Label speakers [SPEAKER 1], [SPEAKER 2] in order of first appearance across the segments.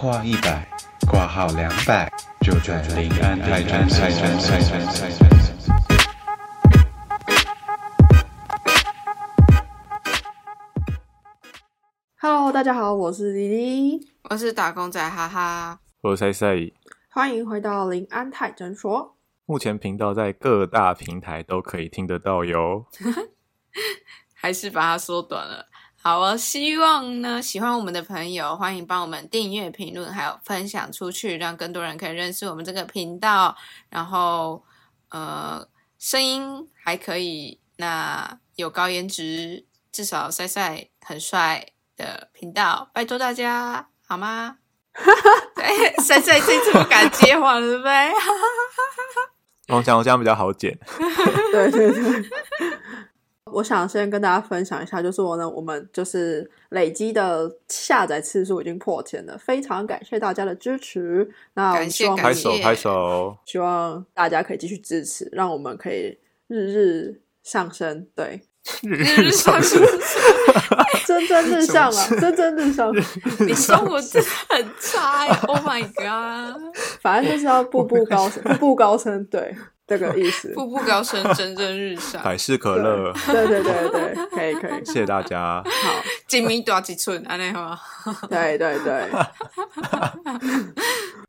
[SPEAKER 1] 挂一百，挂号两百，就转临安泰山泰山泰山泰山。
[SPEAKER 2] Hello，大家好，我是李丽，
[SPEAKER 3] 我是打工仔，哈哈。
[SPEAKER 4] 我是 C
[SPEAKER 2] 欢迎回到林安泰诊所。
[SPEAKER 4] 目前频道在各大平台都可以听得到哟。
[SPEAKER 3] 还是把它缩短了。好哦，希望呢喜欢我们的朋友，欢迎帮我们订阅、评论，还有分享出去，让更多人可以认识我们这个频道。然后，呃，声音还可以，那有高颜值，至少赛赛很帅的频道，拜托大家好吗？ 对，赛赛这次不敢接话了，对不对？
[SPEAKER 4] 我想我这样比较好剪。
[SPEAKER 2] 对对对， 我想先跟大家分享一下，就是我呢，我们就是累积的下载次数已经破千了，非常感谢大家的支持。那我们
[SPEAKER 3] 感谢
[SPEAKER 2] 希望
[SPEAKER 3] 感
[SPEAKER 4] 拍
[SPEAKER 3] 谢
[SPEAKER 4] 手拍手，
[SPEAKER 2] 希望大家可以继续支持，让我们可以日日上升，对，
[SPEAKER 4] 日
[SPEAKER 3] 日日上升，
[SPEAKER 2] 蒸蒸日上啊，蒸蒸日上，
[SPEAKER 3] 你说我真的很差 呀！Oh my god！
[SPEAKER 2] 反正就是要步步高升，步步高升，对，这个意思。
[SPEAKER 3] 步步高升，蒸蒸日上。
[SPEAKER 4] 百事可乐，
[SPEAKER 2] 对对对对，可以可以，
[SPEAKER 4] 谢谢大家。
[SPEAKER 2] 好。
[SPEAKER 3] 金米多几寸，安内好 吗？
[SPEAKER 2] 对对对，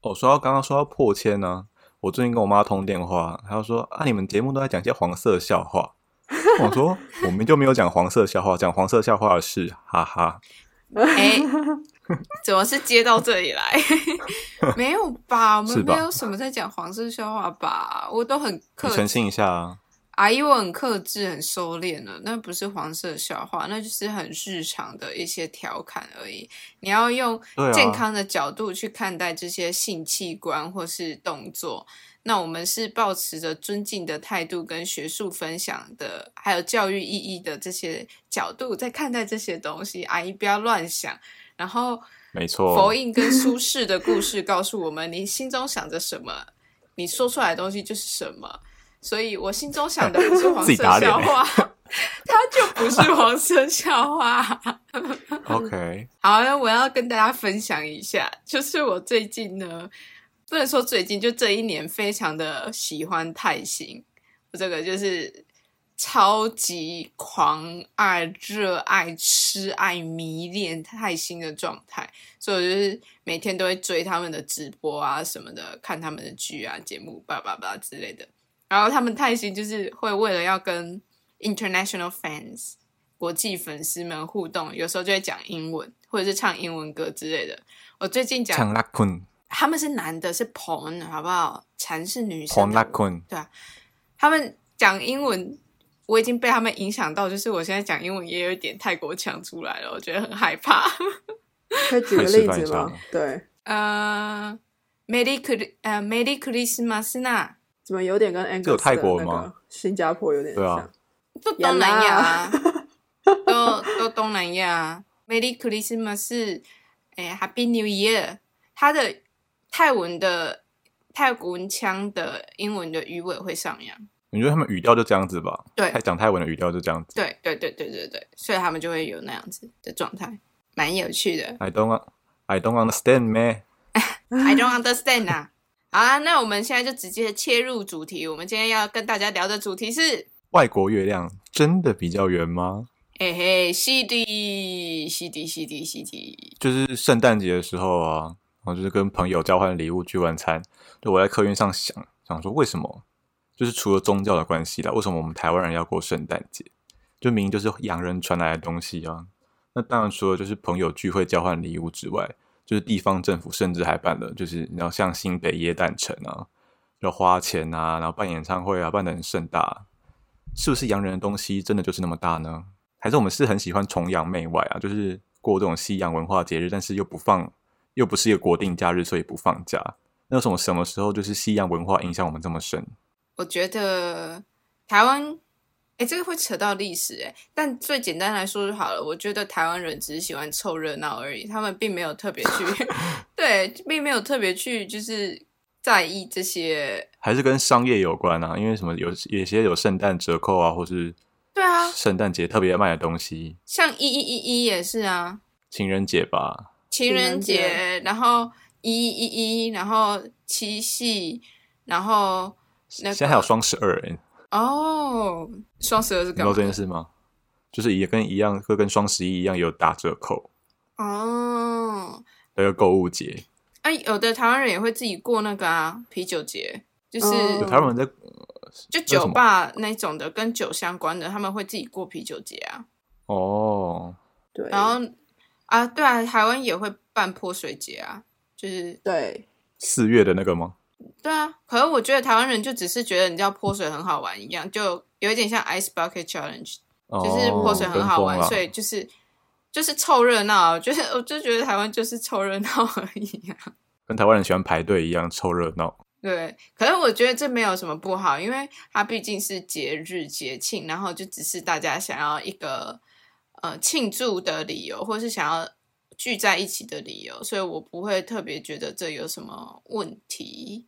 [SPEAKER 4] 哦，说到刚刚说到破千呢、我最近跟我妈通电话，她就说啊，你们节目都在讲一些黄色笑话。我说我们就没有讲黄色笑话，讲黄色笑话的是哈哈。
[SPEAKER 3] 哎、怎么是接到这里 来？没有吧？我们
[SPEAKER 4] 是吧
[SPEAKER 3] 没有什么在讲黄色笑话吧？我都很
[SPEAKER 4] 你
[SPEAKER 3] 克
[SPEAKER 4] 澄清一下啊，
[SPEAKER 3] 阿姨，我很克制、很收敛了。那不是黄色笑话，那就是很日常的一些调侃而已。你要用
[SPEAKER 4] 对啊
[SPEAKER 3] 健康的角度去看待这些性器官或是动作。那我们是保持着尊敬的态度，跟学术分享的，还有教育意义的这些角度在看待这些东西。阿姨不要乱想，然后
[SPEAKER 4] 没错
[SPEAKER 3] 佛印跟苏轼的故事告诉我们，你心中想着什 么，你说出来的东西就是什么。所以我心中想的不是黄
[SPEAKER 4] 自己
[SPEAKER 3] 色
[SPEAKER 4] 打脸
[SPEAKER 3] 笑 话，它就不是黄色笑话。
[SPEAKER 4] ，OK，
[SPEAKER 3] 好，那我要跟大家分享一下，就是我最近呢，不能说最近，就这一年非常的喜欢泰星，我这个就是超级狂爱、热爱、痴爱、迷恋泰星的状态，所以我就是每天都会追他们的直播啊什么的，看他们的剧啊、节目、叭叭叭之类的。然后他们泰星就是会为了要跟 international fans 国际粉丝们互动，有时候就会讲英文，或者是唱英文歌之类的。我最近讲
[SPEAKER 4] 唱拉坤，
[SPEAKER 3] 他们是男的，是 porn 好不好？蝉是女生
[SPEAKER 4] 红拉
[SPEAKER 3] 的，
[SPEAKER 4] 坤，
[SPEAKER 3] 对啊。他们讲英文，我已经被他们影响到，就是我现在讲英文也有一点泰国腔出来了，我觉得很害怕。
[SPEAKER 2] 可以举个
[SPEAKER 4] 可以示
[SPEAKER 2] 例
[SPEAKER 4] 范一
[SPEAKER 2] 子
[SPEAKER 4] 下
[SPEAKER 2] 吗
[SPEAKER 4] 吗？
[SPEAKER 2] 对，
[SPEAKER 3] 呃，Merry Chri 呃 Merry Christmas 啊呐，
[SPEAKER 2] 怎么有点跟 Angus
[SPEAKER 4] 有泰国
[SPEAKER 2] 的那
[SPEAKER 4] 吗
[SPEAKER 2] 个新加坡有点
[SPEAKER 4] 对啊
[SPEAKER 2] 像？
[SPEAKER 3] 都东南亚、啊， 都都东南亚、啊。Merry Christmas 是哎 Happy New Year，它的泰文的泰国文腔的英文的语尾会上扬。
[SPEAKER 4] 你觉得他们语调就这样子吧？
[SPEAKER 3] 对
[SPEAKER 4] 泰讲泰文的语调就这样子。
[SPEAKER 3] 对对对对对对，所以他们就会有那样子的状态，蛮有趣的。
[SPEAKER 4] I don't, I don't understand me。
[SPEAKER 3] I don't understand 啊！好啊，那我们现在就直接切入主题。我们今天要跟大家聊的主题是，
[SPEAKER 4] 外国月亮真的比较圆吗？
[SPEAKER 3] 嘿嘿，西迪西迪西迪西迪，
[SPEAKER 4] 就是圣诞节的时候啊，我就是跟朋友交换礼物聚晚餐，就我在客运上想想说，为什么就是除了宗教的关系啦，为什么我们台湾人要过圣诞节？就明明就是洋人传来的东西啊。那当然，除了就是朋友聚会交换礼物之外，就是地方政府甚至还办了，就是你要像新北耶诞城啊，要花钱啊，然后办演唱会啊，办的很盛大啊、是不是洋人的东西真的就是那么大呢？还是我们是很喜欢崇洋媚外啊，就是过这种西洋文化节日，但是又不放，又不是一个国定假日，所以不放假。那什么什么时候就是西洋文化影响我们这么深？
[SPEAKER 3] 我觉得台湾，哎，这个会扯到历史哎。但最简单来说就好了，我觉得台湾人只是喜欢凑热闹而已，他们并没有特别去， 对，并没有特别去就是在意这些。
[SPEAKER 4] 还是跟商业有关啊？因为什么有有些有圣诞折扣啊，或是
[SPEAKER 3] 对啊，
[SPEAKER 4] 圣诞节特别卖的东西，
[SPEAKER 3] 像一一一一也是啊，
[SPEAKER 4] 情人节吧，
[SPEAKER 3] 情人
[SPEAKER 2] 情人
[SPEAKER 3] 节，然后一一一，然后七夕，然后那个
[SPEAKER 4] 现在还有双十二、欸，
[SPEAKER 3] 哦，双十二是
[SPEAKER 4] 你知
[SPEAKER 3] 干
[SPEAKER 4] 道
[SPEAKER 3] 嘛
[SPEAKER 4] 这？件事吗？就是也跟一样，会跟双十一一样有打折扣，
[SPEAKER 3] 哦，
[SPEAKER 4] 还有购物节。
[SPEAKER 3] 哎、有的台湾人也会自己过那个啊啤酒节，就是、
[SPEAKER 4] 有
[SPEAKER 2] 哦
[SPEAKER 4] 台湾人在
[SPEAKER 3] 就
[SPEAKER 4] 那嗯什
[SPEAKER 3] 酒
[SPEAKER 4] 么
[SPEAKER 3] 吧那种的跟酒相关的，他们会自己过啤酒节啊。
[SPEAKER 4] 哦，
[SPEAKER 2] 对，
[SPEAKER 3] 然后啊，对啊，台湾也会办泼水节啊，就是
[SPEAKER 2] 对，
[SPEAKER 4] 四月的那个吗？
[SPEAKER 3] 对啊，可是我觉得台湾人就只是觉得你知道泼水很好玩一样，就有一点像 Ice Bucket Challenge，、就是
[SPEAKER 4] 哦
[SPEAKER 3] 泼水很好玩，
[SPEAKER 4] 啊
[SPEAKER 3] 所以就是就是凑热闹， 就是我就觉得台湾就是凑热闹而已啊。
[SPEAKER 4] 跟台湾人喜欢排队一样凑热闹。
[SPEAKER 3] 对，可是我觉得这没有什么不好，因为它毕竟是节日节庆，然后就只是大家想要一个呃庆祝的理由，或是想要聚在一起的理由，所以我不会特别觉得这有什么问题。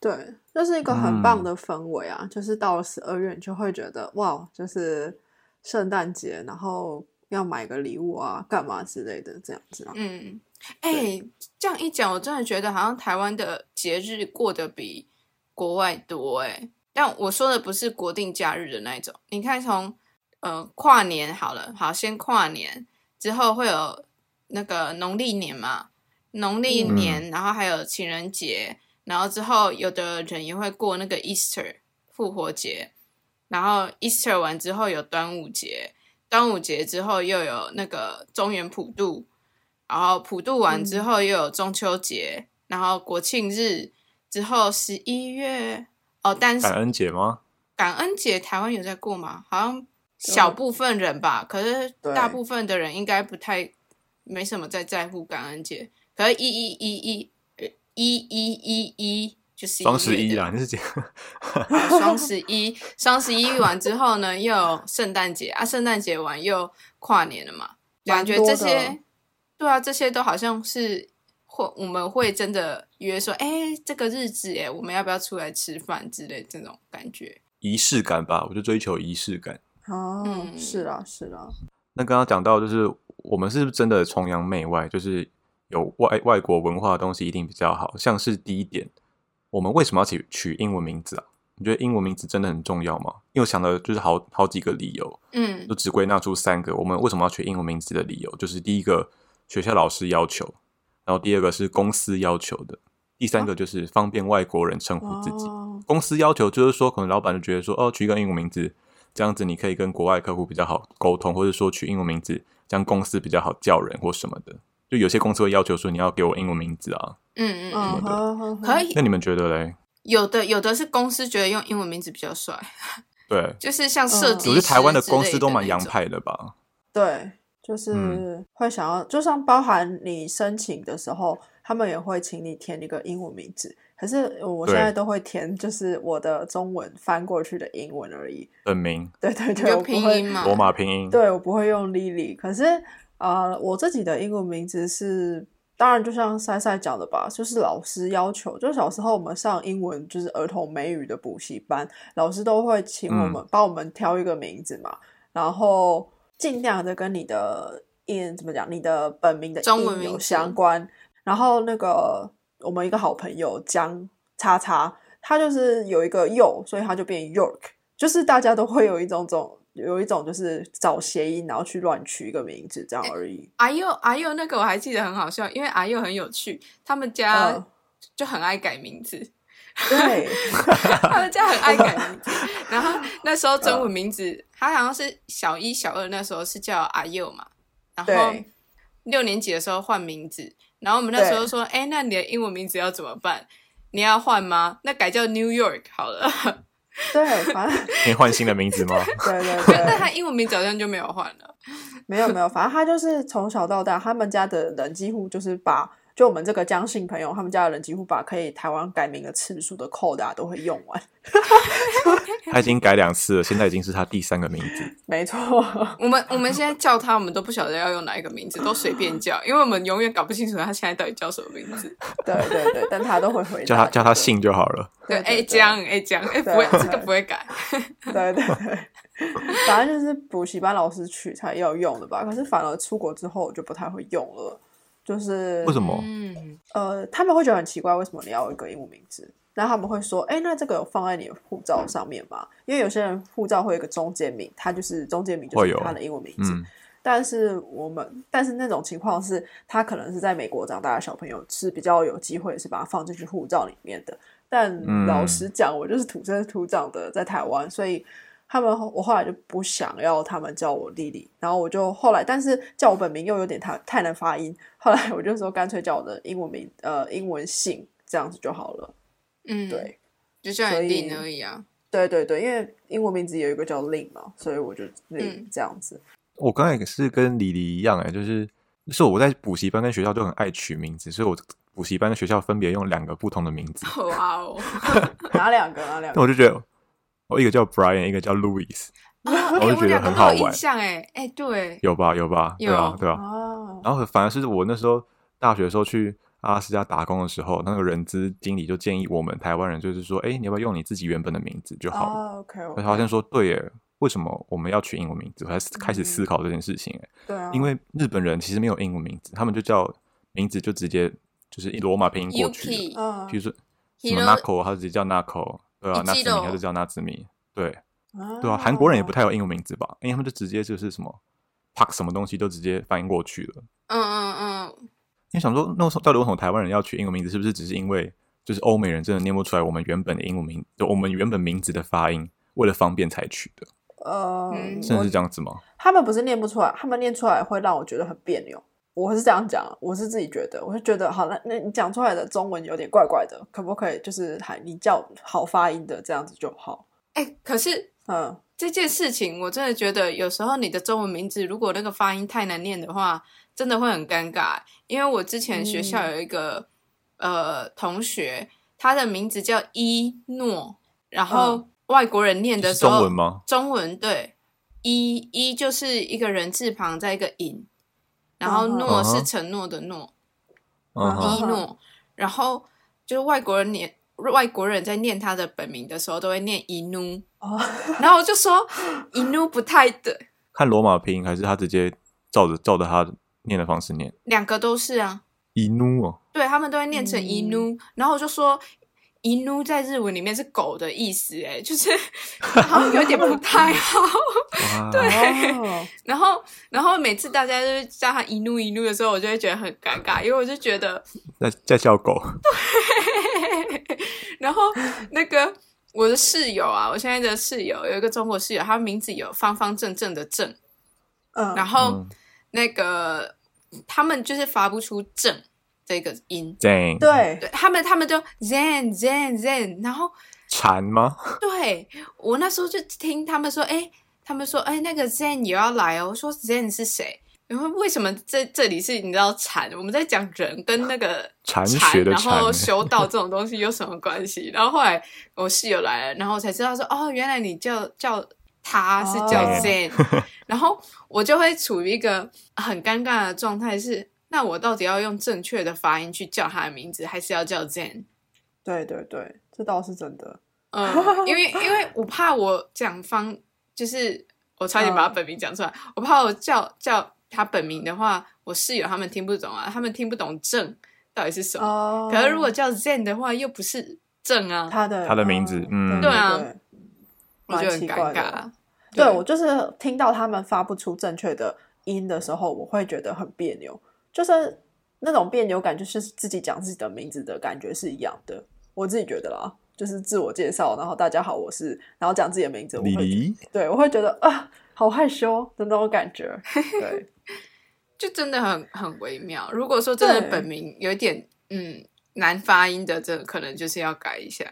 [SPEAKER 2] 对，这是一个很棒
[SPEAKER 4] 嗯
[SPEAKER 2] 的氛围啊！就是到了十二月，你就会觉得哇，就是圣诞节，然后要买个礼物啊，干嘛之类的，这样子啊。
[SPEAKER 3] 嗯，哎、这样一讲，我真的觉得好像台湾的节日过得比国外多哎、但我说的不是国定假日的那一种，你看从呃跨年好了，好先跨年之后会有那个农历年嘛，农历
[SPEAKER 2] 嗯
[SPEAKER 3] 年，然后还有情人节，然后之后有的人也会过那个 Easter 复活节，然后 Easter 完之后有端午节，端午节之后又有那个中原普渡，然后普渡完之后又有中秋节，然后国庆日之后十一月哦，但是
[SPEAKER 4] 感恩节吗？
[SPEAKER 3] 感恩节台湾有在过吗？好像小部分人吧，可是
[SPEAKER 2] 对
[SPEAKER 3] 大部分的人应该不太没什么在在乎感恩节。可是，一一一一呃一一一一就是
[SPEAKER 4] 双十一
[SPEAKER 3] 月的
[SPEAKER 4] 啊，，那是节
[SPEAKER 3] 啊双十一，双十一完之后呢，又有圣诞节啊，圣诞节完又跨年了嘛，感
[SPEAKER 2] 蛮
[SPEAKER 3] 觉
[SPEAKER 2] 多
[SPEAKER 3] 这
[SPEAKER 2] 的
[SPEAKER 3] 些，对啊，这些都好像是会我们会真的约说，哎、这个日子哎，我们要不要出来吃饭之类这种感觉？
[SPEAKER 4] 仪式感吧，我就追求仪式感。
[SPEAKER 2] 哦，
[SPEAKER 3] 嗯
[SPEAKER 2] 是啦，是啦，
[SPEAKER 4] 那刚刚讲到，就是我们是不是真的崇洋媚外？就是有外外国文化的东西一定比较好。像是第一点，我们为什么要取取英文名字啊？你觉得英文名字真的很重要吗？因为我想了就是好好几个理由，
[SPEAKER 3] 嗯
[SPEAKER 4] 就只归纳出三个。我们为什么要取英文名字的理由，就是第一个学校老师要求，然后第二个是公司要求的，第三个就是方便外国人称呼自己。
[SPEAKER 2] 哦，
[SPEAKER 4] 公司要求就是说，可能老板就觉得说，哦，取一个英文名字，这样子你可以跟国外客户比较好沟通，或者说取英文名字，这样公司比较好叫人或什么的。就有些公司会要求说你要给我英文名字啊，
[SPEAKER 3] 嗯嗯嗯，
[SPEAKER 2] 嗯，好好好
[SPEAKER 3] 可以
[SPEAKER 4] 那，你们觉得嘞？
[SPEAKER 3] 有的有的是公司觉得用英文名字比较帅，
[SPEAKER 4] 对，
[SPEAKER 3] 就是像设
[SPEAKER 2] 嗯
[SPEAKER 3] 计、
[SPEAKER 4] 我觉得台湾的公司都蛮洋，派的吧？
[SPEAKER 2] 对，就是
[SPEAKER 4] 嗯
[SPEAKER 2] 会想要，就像包含你申请的时候，他们也会请你填一个英文名字。可是呃我现
[SPEAKER 4] 对
[SPEAKER 2] 在都会填，就是我的中文翻过去的英文而已。
[SPEAKER 4] 本名
[SPEAKER 2] 对对
[SPEAKER 3] 你
[SPEAKER 2] 对，
[SPEAKER 3] 就
[SPEAKER 2] 我不
[SPEAKER 3] 拼
[SPEAKER 2] 会
[SPEAKER 3] 音嘛，
[SPEAKER 4] 罗马拼音，
[SPEAKER 2] 啊对，我不会用 Lily，可是呃，我自己的英文名字是，当然就像塞塞讲的吧，就是老师要求，就小时候我们上英文就是儿童美语的补习班，老师都会请
[SPEAKER 4] 嗯
[SPEAKER 2] 我们、帮我们挑一个名字嘛，然后尽量的跟你的英怎么讲，你的本名的
[SPEAKER 3] 中
[SPEAKER 2] 音
[SPEAKER 3] 文名
[SPEAKER 2] 有
[SPEAKER 3] 字
[SPEAKER 2] 相关。然后那个我们一个好朋友江叉叉，他就是有一个又，所以他就变 York，就是大家都会有一种种有一种就是找谐音，然后去乱取一个名字这样而 已。
[SPEAKER 3] 阿佑阿佑那个我还记得很好笑，因为阿佑很有趣，他们家
[SPEAKER 2] 嗯
[SPEAKER 3] 就很爱改名字，
[SPEAKER 2] 对，
[SPEAKER 3] 他们家很爱改名字。 然后那时候中文名字，他好像是小一小二那时候是叫阿佑嘛，然后
[SPEAKER 2] 对
[SPEAKER 3] 六年级的时候换名字，然后我们那时候
[SPEAKER 2] 对
[SPEAKER 3] 说，哎，那你的英文名字要怎么办？你要换吗？那改叫 New York 好了。
[SPEAKER 2] 对，反正
[SPEAKER 4] 可以换新的名字吗？
[SPEAKER 2] 对对
[SPEAKER 3] 但
[SPEAKER 2] 对，
[SPEAKER 3] 他英文名字好像就没有换了。
[SPEAKER 2] 没有没有，反正他就是从小到大，他们家的人几乎就是把。就我们这个江姓朋友，他们家的人几乎把可以台湾改名的次数的扣打都会用完，
[SPEAKER 4] 他已经改两次了，现在已经是他第三个名字。
[SPEAKER 2] 没错。
[SPEAKER 3] 我们我们现在叫他，我们都不晓得要用哪一个名字，都随便 叫，因为我们永远搞不清楚他现在到底叫什么名字。
[SPEAKER 2] 对对对，但他都会回答。
[SPEAKER 4] 叫 他叫他姓就好了。
[SPEAKER 2] 对
[SPEAKER 3] 对，
[SPEAKER 2] 对
[SPEAKER 3] 哎，
[SPEAKER 2] 对
[SPEAKER 3] 江，哎，江，哎，不
[SPEAKER 2] 对
[SPEAKER 3] 会，
[SPEAKER 2] 对
[SPEAKER 3] 这个不会改。
[SPEAKER 2] 对 对对，反正就是补习班老师取才要用的吧。可是反而出国之后我就不太会用了，就是
[SPEAKER 4] 为什么？
[SPEAKER 3] 嗯，
[SPEAKER 2] 呃，他们会觉得很奇怪，为什么你要有一个英文名字？然后他们会说，哎，那这个有放在你的护照上面吗？因为有些人护照会有一个中间名，他就是中间名就
[SPEAKER 4] 会
[SPEAKER 2] 是
[SPEAKER 4] 有
[SPEAKER 2] 他的英文名字。
[SPEAKER 4] 嗯，
[SPEAKER 2] 但是我们，但是那种情况是，他可能是在美国长大的小朋友是比较有机会是把它放进去护照里面的。但
[SPEAKER 4] 嗯
[SPEAKER 2] 老实讲，我就是土生土长的在台湾，所以他们我后来就不想要他们叫我丽丽，然后我就后来，但是叫我本名又有点太太难发音，后来我就说干脆叫我的英文名呃英文姓这样子就好了。
[SPEAKER 3] 嗯，
[SPEAKER 2] 对，
[SPEAKER 3] 就像
[SPEAKER 2] 所以
[SPEAKER 3] 你定而已啊。
[SPEAKER 2] 对对对，因为英文名字有一个叫 Lin 嘛，所以我就 Lin
[SPEAKER 3] 嗯
[SPEAKER 2] 这样子。
[SPEAKER 4] 我刚才也是跟李黎一样、欸，哎，就是就是我在补习班跟学校都很爱取名字，所以我补习班跟学校分别用两个不同的名 字，
[SPEAKER 3] 哇哦，
[SPEAKER 2] 哪两个？哪两
[SPEAKER 4] 那
[SPEAKER 2] 个？
[SPEAKER 4] 我就觉得哦我一个叫 Brian，一个叫 Louis，
[SPEAKER 3] 哎
[SPEAKER 4] 我就觉得
[SPEAKER 3] 我两个
[SPEAKER 4] 很
[SPEAKER 3] 都
[SPEAKER 4] 好
[SPEAKER 3] 有印
[SPEAKER 4] 玩
[SPEAKER 3] 象哎哎，对，
[SPEAKER 4] 有吧有吧，对啊
[SPEAKER 3] 有
[SPEAKER 4] 对啊。
[SPEAKER 2] 哦，
[SPEAKER 4] 然后反而是我那时候大学的时候去阿拉斯加打工的时候，那个人资经理就建议我们台湾人就是说，哎，你要不要用你自己原本的名字就好了？
[SPEAKER 2] 哦，OK，
[SPEAKER 4] 我才发现说，对耶，为什么我们要取英文名字？我才思开始思考这件事情耶，
[SPEAKER 2] 对啊，
[SPEAKER 4] 因为日本人其实没有英文名字，他们就叫名字就直接就是罗马拼音过去了，
[SPEAKER 3] Yuki
[SPEAKER 2] 嗯
[SPEAKER 4] 比如说什么
[SPEAKER 3] Hiro
[SPEAKER 4] Nako，他直接叫 Nako，对啊，
[SPEAKER 3] Ichiro
[SPEAKER 4] 那子米他就叫那子米，对
[SPEAKER 2] 啊
[SPEAKER 4] 对啊，韩国人也不太有英文名字吧，因为他们就直接就是什么 Park 什么东西都直接翻译过去了。
[SPEAKER 3] 嗯嗯嗯，
[SPEAKER 4] 因为想说，那时候到底为什么台湾人要取英文名字？是不是只是因为就是欧美人真的念不出来我们原本的英文名，就我们原本名字的发音，为了方便才取的，
[SPEAKER 2] 呃，
[SPEAKER 3] 嗯
[SPEAKER 4] 甚
[SPEAKER 2] 我
[SPEAKER 4] 至这样子吗？
[SPEAKER 2] 他们不是念不出来，他们念出来会让我觉得很别扭。我是这样讲，我是自己觉得，我是觉得好，那那你讲出来的中文有点怪怪的，可不可以就是还你叫好发音的这样子就好？
[SPEAKER 3] 哎，可是
[SPEAKER 2] 嗯，
[SPEAKER 3] 这件事情，我真的觉得有时候你的中文名字如果那个发音太难念的话，真的会很尴尬。因为我之前学校有一个、
[SPEAKER 4] 嗯
[SPEAKER 3] 呃同学，他的名字叫一诺，然后外国人念的
[SPEAKER 4] 嗯是
[SPEAKER 3] 时候，
[SPEAKER 4] 中文吗？
[SPEAKER 3] 中文对一一就是一个人字旁再一个引，然后
[SPEAKER 2] 嗯哼
[SPEAKER 3] 诺
[SPEAKER 4] 嗯
[SPEAKER 3] 是
[SPEAKER 4] 哼
[SPEAKER 3] 承诺的诺，
[SPEAKER 4] 嗯
[SPEAKER 2] 啊
[SPEAKER 4] 哼，
[SPEAKER 3] 一诺，然后就是外国人念外国人在念他的本名的时候都会念一努。
[SPEAKER 2] 哦，
[SPEAKER 3] 然后我就说一怒不太对，
[SPEAKER 4] 看罗马拼音还是他直接照着照着他念的方式念？
[SPEAKER 3] 两个都是啊，
[SPEAKER 4] 伊努哦，
[SPEAKER 3] 对他们都会念成一怒。然后我就说一怒在日文里面是狗的意思，哎，就是好像有点不太好。
[SPEAKER 4] 对，
[SPEAKER 2] 哦，
[SPEAKER 3] 然后，然后每次大家就是叫他一怒一怒的时候，我就会觉得很尴尬，因为我就觉得
[SPEAKER 4] 在在叫狗，
[SPEAKER 3] 然后那个我的室友啊，我现在的室友有一个中国室友，他名字有方方正正的正，
[SPEAKER 2] 嗯，
[SPEAKER 3] 然后、
[SPEAKER 4] 嗯
[SPEAKER 3] 那个他们就是发不出正这个音，
[SPEAKER 4] ，Zang，，
[SPEAKER 2] 对，
[SPEAKER 3] 对他们他们就 zen zen zen，然后
[SPEAKER 4] 蝉吗？
[SPEAKER 3] 对我那时候就听他们说，哎，他们说，哎，那个 zen 也要来哦，我说 zen 是谁？然后为什么这这里是你知道禅？我们在讲人跟那个
[SPEAKER 4] 禅学的
[SPEAKER 3] 然
[SPEAKER 4] 禅
[SPEAKER 3] 后修道这种东西有什么关系？然后后来我室友来了，然后我才知道说，哦，原来你叫叫他是叫
[SPEAKER 4] 哦
[SPEAKER 3] Zen，、然后我就会处于一个很尴尬的状态是，那我到底要用正确的发音去叫他的名字，还是要叫 Zen？
[SPEAKER 2] 对对对，这倒是真的。
[SPEAKER 3] 嗯， 因为因为我怕我讲方，就是我差点把他
[SPEAKER 2] 嗯
[SPEAKER 3] 本名讲出来，我怕我叫叫他本名的话，我室友他们听不懂啊，他们听不懂正到底是什么。
[SPEAKER 2] 哦，
[SPEAKER 3] 可是如果叫 Zen 的话，又不是正啊，
[SPEAKER 2] 他的
[SPEAKER 4] 他的名字嗯
[SPEAKER 3] 对啊，我
[SPEAKER 2] 蛮
[SPEAKER 3] 觉得很
[SPEAKER 2] 奇
[SPEAKER 3] 尴
[SPEAKER 2] 怪的
[SPEAKER 3] 尬。
[SPEAKER 2] 对我就是听到他们发不出正确的音的时候，我会觉得很别扭，就是那种别扭感，就是自己讲自己的名字的感觉是一样的。我自己觉得啦，就是自我介绍，然后大家好，我是，然后讲自己的名字，我
[SPEAKER 4] 李
[SPEAKER 2] 会觉
[SPEAKER 4] 黎，
[SPEAKER 2] 对我会觉得啊，好害羞的那种感觉。对，
[SPEAKER 3] 就真的很很微妙。如果说真的
[SPEAKER 2] 对
[SPEAKER 3] 本名有一点嗯难发音的，这可能就是要改一下。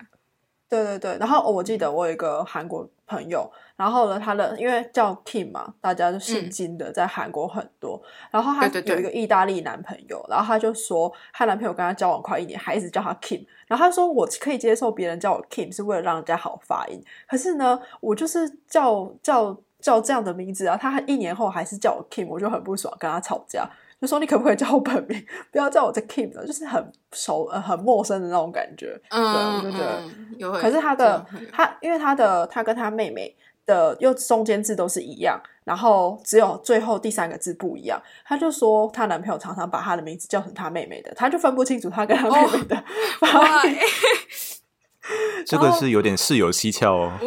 [SPEAKER 2] 对对对，然后、哦我记得我有一个韩国朋友，然后呢，他的因为叫 Kim 嘛，大家就姓
[SPEAKER 3] 嗯
[SPEAKER 2] 金的，在韩国很多。然后她
[SPEAKER 3] 对对
[SPEAKER 2] 有一个意大利男朋友，然后她就说她男朋友跟她交往快一年，还一直叫她 Kim。然后她说我可以接受别人叫我 Kim 是为了让人家好发音，可是呢，我就是叫叫叫这样的名字啊，他一年后还是叫我 Kim，我就很不爽，跟他吵架。就说你可不可以叫我本名， 不要叫我这 Kim 的，就是很熟、呃、很陌生的那种感觉。
[SPEAKER 3] 嗯，
[SPEAKER 2] 我就觉得
[SPEAKER 3] 嗯有会。
[SPEAKER 2] 可是他的
[SPEAKER 3] 真会有
[SPEAKER 2] 他，因为他的他跟他妹妹的又中间字都是一样，然后只有最后第三个字不一样。她就说她男朋友常常把她的名字叫成她妹妹的，她就分不清楚她跟她妹妹的发
[SPEAKER 3] 哇
[SPEAKER 2] 音。
[SPEAKER 4] 这个是有点事有蹊跷哦。
[SPEAKER 3] 哎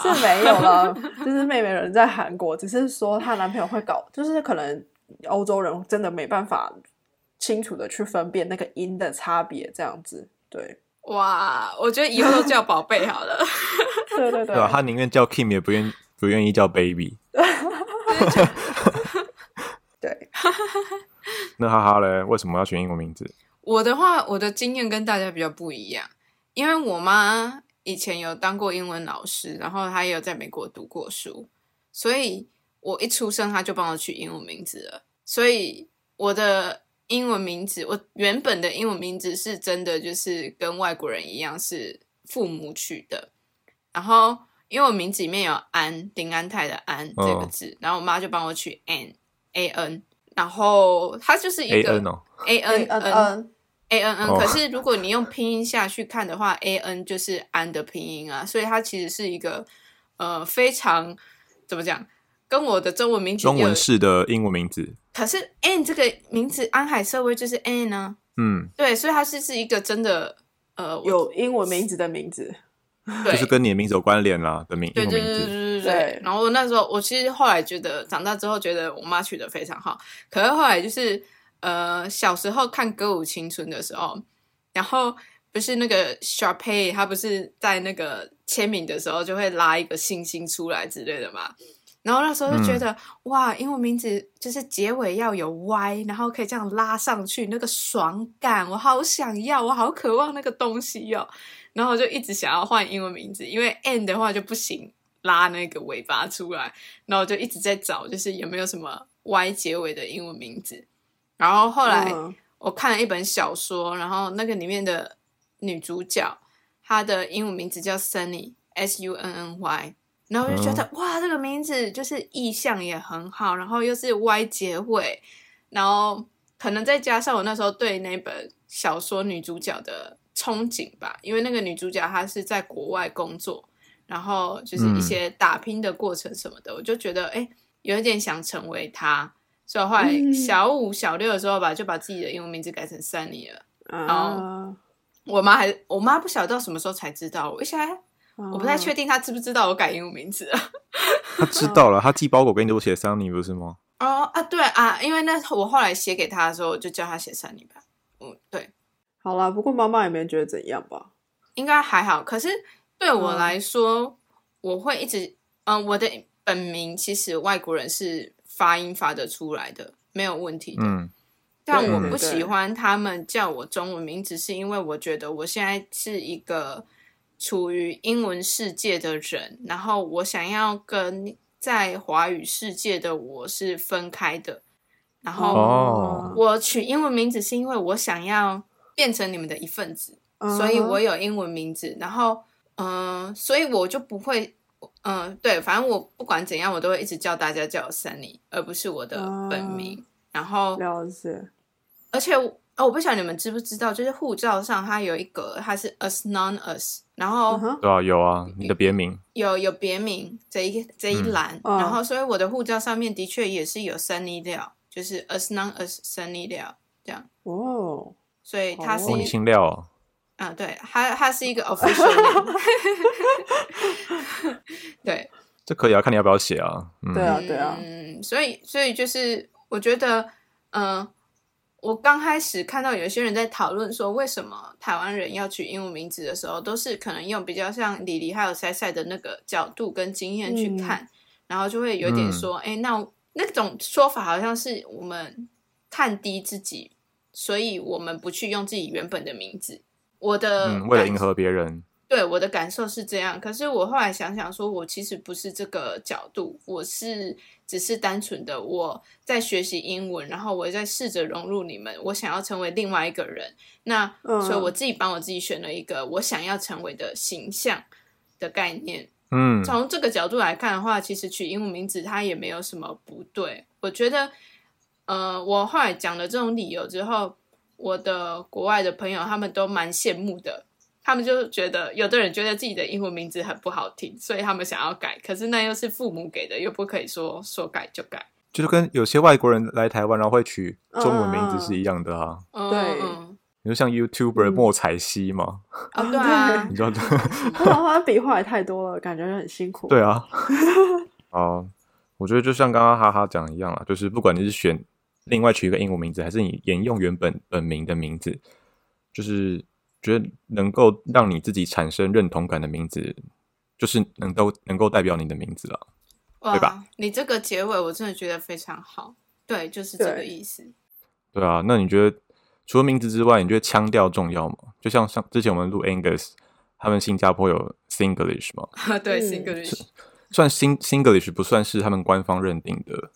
[SPEAKER 2] 这没有 了，就是妹妹人在韩国，只是说她男朋友会搞，就是可能欧洲人真的没办法清楚的去分辨那个音的差别，这样子。对，
[SPEAKER 3] 哇，我觉得以后都叫宝贝好了，
[SPEAKER 2] 对对对
[SPEAKER 4] 对吧、他宁愿叫 Kim 也不愿不愿意叫 Baby。
[SPEAKER 2] 对，
[SPEAKER 4] 那哈哈嘞，为什么要选英文名字？
[SPEAKER 3] 我的话，我的经验跟大家比较不一样，因为我妈以前有当过英文老师，然后她也有在美国读过书，所以我一出生她就帮我取英文名字了。所以我的英文名字，我原本的英文名字是真的就是跟外国人一样是父母取的，然后因为我名字里面有安林安泰的安这个
[SPEAKER 4] 哦
[SPEAKER 3] 字，然后我妈就帮我取 an a n，然后它就是一
[SPEAKER 4] A
[SPEAKER 3] 个
[SPEAKER 4] N 哦，
[SPEAKER 3] a
[SPEAKER 2] 嗯
[SPEAKER 3] n 呃
[SPEAKER 2] 嗯
[SPEAKER 3] n
[SPEAKER 2] 嗯，
[SPEAKER 3] a n n，、
[SPEAKER 4] 哦
[SPEAKER 3] 可是如果你用拼音下去看的话，a n 就是安的拼音啊，所以它其实是一个呃非常怎么讲，跟我的中文名字
[SPEAKER 4] 中
[SPEAKER 3] 有
[SPEAKER 4] 文式的英文名字。
[SPEAKER 3] 可是 an 这个名字安海社会就是 an 呢、
[SPEAKER 4] 嗯，
[SPEAKER 3] 对，所以它是是一个真的呃我
[SPEAKER 2] 有英文名字的名字，
[SPEAKER 3] 对
[SPEAKER 4] 就是跟你的名字有关联啦的名英
[SPEAKER 3] 对
[SPEAKER 4] 文
[SPEAKER 3] 对
[SPEAKER 4] 名
[SPEAKER 3] 对对
[SPEAKER 4] 字。
[SPEAKER 3] 对对
[SPEAKER 2] 对
[SPEAKER 3] 然后那时候我其实后来觉得，长大之后觉得我妈取得非常好，可是后来就是呃，小时候看《歌舞青春》的时候，然后不是那个 Sharpay，他不是在那个签名的时候就会拉一个星星出来之类的嘛。然后那时候就觉得、哇，英文名字就是结尾要有 Y，然后可以这样拉上去，那个爽感，我好想要，我好渴望那个东西哟、哦。然后我就一直想要换英文名字，因为 N 的话就不行拉那个尾巴出来，然后我就一直在找，就是有没有什么 Y 结尾的英文名字。然后后来、
[SPEAKER 2] 嗯
[SPEAKER 3] 我看了一本小说，然后那个里面的女主角，她的英文名字叫 Sunny，S U N N Y，然后我就觉得、哇，这个名字就是意象也很好，然后又是 Y 结尾，然后可能再加上我那时候对那本小说女主角的憧憬吧，因为那个女主角她是在国外工作，然后就是一些打拼的过程什么的，我就觉得哎、诶有一点想成为她，所以我后来
[SPEAKER 2] 嗯
[SPEAKER 3] 小五、小六的时候吧，就把自己的英文名字改成 Sunny 了。
[SPEAKER 2] 啊，
[SPEAKER 3] 我妈还，我妈不晓得到什么时候才知道，我一下我不太确
[SPEAKER 2] 定。
[SPEAKER 3] 定她知不知道我改英文名字了。
[SPEAKER 4] 他知道了，他寄包裹给你都写 Sunny 不是吗？
[SPEAKER 3] 哦啊，对啊，因为那我后来写给她的时候，我就叫她写 Sunny 吧。嗯，对。
[SPEAKER 2] 好啦，不过妈妈也没觉得怎样吧？
[SPEAKER 3] 应该还好。可是对我来说，我会一直，嗯、我的本名其实外国人是发音发得出来的，没有问题的。
[SPEAKER 4] 嗯，
[SPEAKER 3] 但我
[SPEAKER 4] 对
[SPEAKER 3] 不
[SPEAKER 2] 对
[SPEAKER 3] 喜欢他们叫我中文名字，是因为我觉得我现在是一个处于英文世界的人，然后我想要跟在华语世界的我是分开的，然
[SPEAKER 2] 嗯
[SPEAKER 3] 后
[SPEAKER 4] 哦
[SPEAKER 3] 我取英文名字是因为我想要变成你们的一份子，
[SPEAKER 2] 嗯
[SPEAKER 3] 所以我有英文名字，然后嗯、呃所以我就不会，嗯、对，反正我不管怎样，我都会一直叫大家叫我 Sunny，而不是我的本名。然后，
[SPEAKER 2] 哦啊了解，
[SPEAKER 3] 而且我哦，我不晓得你们知不知道，就是护照上它有一格，它是 as non as，然后
[SPEAKER 2] 嗯哼，
[SPEAKER 4] 对啊，有啊，你的别名。
[SPEAKER 3] 有有别名这一这一栏，
[SPEAKER 2] 嗯
[SPEAKER 3] 然后所以我的护照上面的确也是有 Sunny 料，就是 as non as Sunny 料这样，
[SPEAKER 2] 哦，
[SPEAKER 3] 所以它是
[SPEAKER 4] 哦，
[SPEAKER 2] 哦
[SPEAKER 4] 你姓廖哦。
[SPEAKER 3] 啊，对，它它是一个 official，name 对
[SPEAKER 4] 这可以啊，看你要不要写啊。嗯，
[SPEAKER 2] 对啊，对啊，
[SPEAKER 3] 嗯，所以所以就是我觉得，嗯、我刚开始看到有些人在讨论说，为什么台湾人要取英文名字的时候，都是可能用比较像李黎还有赛赛的那个角度跟经验去
[SPEAKER 2] 嗯
[SPEAKER 3] 看，然后就会有
[SPEAKER 4] 嗯
[SPEAKER 3] 点说，哎、那那种说法好像是我们看低自己，所以我们不去用自己原本的名字。我的
[SPEAKER 4] 嗯，为了
[SPEAKER 3] 感
[SPEAKER 4] 迎合别人，
[SPEAKER 3] 对我的感受是这样，可是我后来想想说，我其实不是这个角度，我是只是单纯的我在学习英文，然后我也在试着融入你们，我想要成为另外一个人。那、
[SPEAKER 2] 嗯
[SPEAKER 3] 所以我自己帮我自己选了一个我想要成为的形象的概念。
[SPEAKER 4] 嗯，
[SPEAKER 3] 从这个角度来看的话，其实取英文名字它也没有什么不对。我觉得，呃，我后来讲了这种理由之后，我的国外的朋友他们都蛮羡慕的，他们就觉得有的人觉得自己的英文名字很不好听，所以他们想要改，可是那又是父母给的，又不可以说说改就改。
[SPEAKER 4] 就是跟有些外国人来台湾然后会取中文名字
[SPEAKER 2] 嗯
[SPEAKER 4] 是一样的啊。
[SPEAKER 3] 嗯
[SPEAKER 2] 对
[SPEAKER 3] 嗯
[SPEAKER 4] 你说像 YouTuber
[SPEAKER 2] 嗯
[SPEAKER 4] 莫彩曦嘛，
[SPEAKER 3] 啊，对啊
[SPEAKER 4] 你，知道的，
[SPEAKER 2] 他们好像笔画也太多了，感觉很辛苦。
[SPEAKER 4] 对 啊。哦、我觉得就像刚刚哈哈讲的一样啊，就是不管你是选另外取一个英文名字，还是你沿用原本本名的名字，就是觉得能够让你自己产生认同感的名字，就是能够能够代表你的名字了。对吧
[SPEAKER 3] 哇，你这个结尾我真的觉得非常好，对，就是这个
[SPEAKER 2] 对
[SPEAKER 3] 意思。
[SPEAKER 4] 对啊，那你觉得除了名字之外，你觉得腔调重要吗？就像上之前我们录 Angus，他们新加坡有 Singlish 嘛，
[SPEAKER 3] 对
[SPEAKER 2] 嗯
[SPEAKER 3] ，Singlish，
[SPEAKER 4] 算新 Singlish 不算是他们官方认定的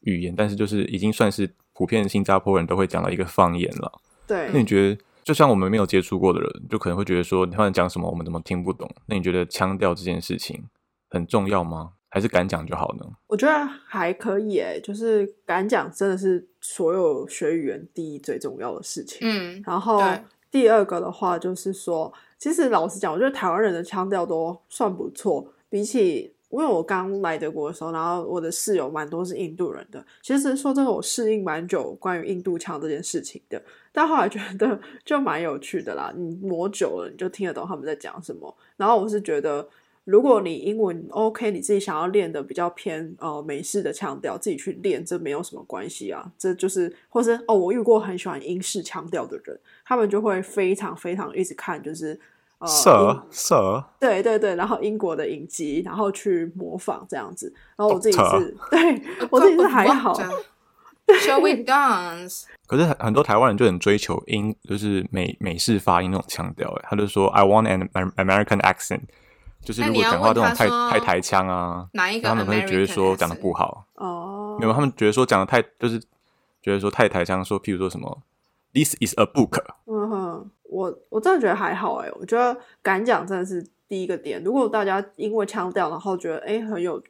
[SPEAKER 4] 语言，但是就是已经算是普遍新加坡人都会讲的一个方言了。
[SPEAKER 3] 嗯
[SPEAKER 2] 对
[SPEAKER 4] 那你觉得，就像我们没有接触过的人，就可能会觉得说，他们讲什么我们怎么听不懂？那你觉得腔调这件事情很重要吗？还是敢讲就好呢？
[SPEAKER 2] 我觉得还可以诶、就是敢讲真的是所有学语言第一最重要的事情。
[SPEAKER 3] 嗯，
[SPEAKER 2] 然后
[SPEAKER 3] 对
[SPEAKER 2] 第二个的话就是说，其实老实讲，我觉得台湾人的腔调都算不错，比起。因为我刚来德国的时候，然后我的室友蛮多是印度人的。其实说真的，我适应蛮久关于印度腔这件事情的，但后来觉得就蛮有趣的啦。你磨久了，你就听得懂他们在讲什么。然后我是觉得，如果你英文 OK，你自己想要练的比较偏呃美式的腔调，自己去练，这没有什么关系啊。这就是，或是哦，我遇过很喜欢英式腔调的人，他们就会非常非常一直看，就是啊呃英
[SPEAKER 4] Sir Sir，
[SPEAKER 2] 对对对，然后英国的影集，然后去模仿这样子。然后我自己
[SPEAKER 4] Doctor
[SPEAKER 2] 是， 对我自己是还好，
[SPEAKER 3] Shall we dance？
[SPEAKER 4] 可是很很多台湾人就很追求英，就是美美式发音那种腔调，欸他就说 I want an Amer- American accent，就是
[SPEAKER 3] 那
[SPEAKER 4] 如
[SPEAKER 3] 你
[SPEAKER 4] 果
[SPEAKER 3] 要
[SPEAKER 4] 讲话
[SPEAKER 3] 问
[SPEAKER 4] 这种
[SPEAKER 3] 他
[SPEAKER 4] 太
[SPEAKER 3] 说
[SPEAKER 4] 太台腔啊，
[SPEAKER 3] 哪一个
[SPEAKER 4] 他们会觉得
[SPEAKER 3] American
[SPEAKER 4] 说讲的不
[SPEAKER 3] accent？
[SPEAKER 4] 好，
[SPEAKER 2] 哦，
[SPEAKER 4] 没有，他们觉得说讲的太就是觉得说太台腔，说譬如说什么 This is a book，
[SPEAKER 2] 嗯哼，我我真的觉得还好哎、我觉得敢讲真的是第一个点。如果大家因为腔调，然后觉得哎、诶很有，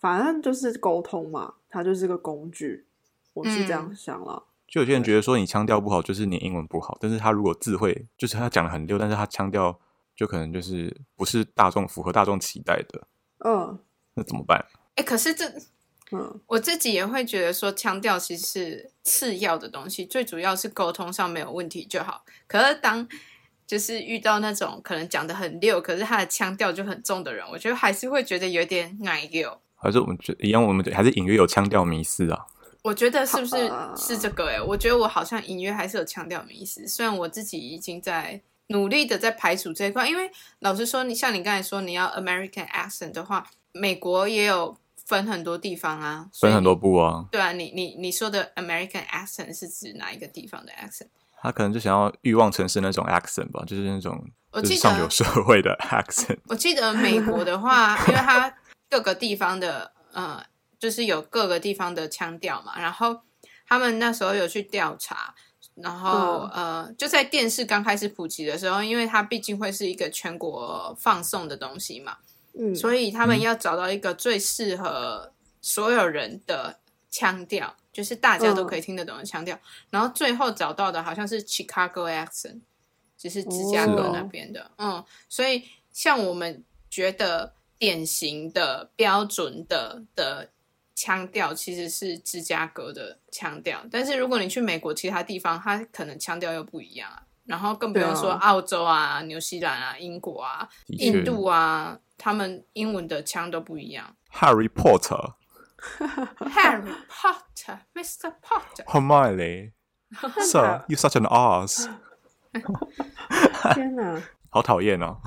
[SPEAKER 2] 反正就是沟通嘛，它就是个工具，我是这样
[SPEAKER 3] 嗯
[SPEAKER 2] 想了。
[SPEAKER 4] 就有些人觉得说你腔调不好，就是你英文不好。但是他如果智慧，就是他讲的很溜，但是他腔调就可能就是不是大众符合大众期待的，
[SPEAKER 2] 嗯
[SPEAKER 4] 那怎么办？
[SPEAKER 3] 哎，可是这
[SPEAKER 2] 嗯
[SPEAKER 3] 我自己也会觉得说，腔调其实是次要的东西，最主要是沟通上没有问题就好。可是当就是遇到那种可能讲的很溜，可是他的腔调就很重的人，我觉得还是会觉得有点奶溜。
[SPEAKER 4] 还是我们觉一样，我们还是隐约有腔调迷失啊。
[SPEAKER 3] 我觉得是不是
[SPEAKER 2] 好
[SPEAKER 3] 是这个、欸？哎，我觉得我好像隐约还是有强调迷思，虽然我自己已经在努力的在排除这一块。因为老实说，你像你刚才说你要 American accent 的话，美国也有分很多地方啊，所以
[SPEAKER 4] 分
[SPEAKER 3] 你
[SPEAKER 4] 很多步啊，
[SPEAKER 3] 对啊，你你你说的 American accent 是指哪一个地方的 accent？
[SPEAKER 4] 他可能就想要欲望城市那种 accent 吧，就是那种
[SPEAKER 3] 我
[SPEAKER 4] 就是
[SPEAKER 3] 记
[SPEAKER 4] 上流
[SPEAKER 3] 得啊
[SPEAKER 4] 社会的 accent。
[SPEAKER 3] 我记得美国的话，因为它各个地方的呃，就是有各个地方的腔调嘛，然后他们那时候有去调查。然后、呃，就在电视刚开始普及的时候，因为它毕竟会是一个全国放送的东西嘛，
[SPEAKER 2] 嗯，
[SPEAKER 3] 所以他们要找到一个最适合所有人的腔调，就是大家都可以听得懂的腔调。
[SPEAKER 2] 嗯
[SPEAKER 3] 然后最后找到的好像是 Chicago accent，就是芝加哥那边的。
[SPEAKER 2] 哦
[SPEAKER 3] 嗯，所以像我们觉得典型的标准的的腔调其实是芝加哥的腔调，但是如果你去美国其他地方，它可能腔调又不一样啊。然后更不用说
[SPEAKER 2] 对啊
[SPEAKER 3] 澳洲啊、纽西兰啊、英国啊，
[SPEAKER 4] 的确
[SPEAKER 3] 印度啊，他们英文的腔都不一 样。
[SPEAKER 4] Harry Potter、
[SPEAKER 3] Harry Potter, Mr. Potter，
[SPEAKER 4] Hermione、Sir, you such an ass，
[SPEAKER 2] 天哪，
[SPEAKER 4] 好讨厌哦。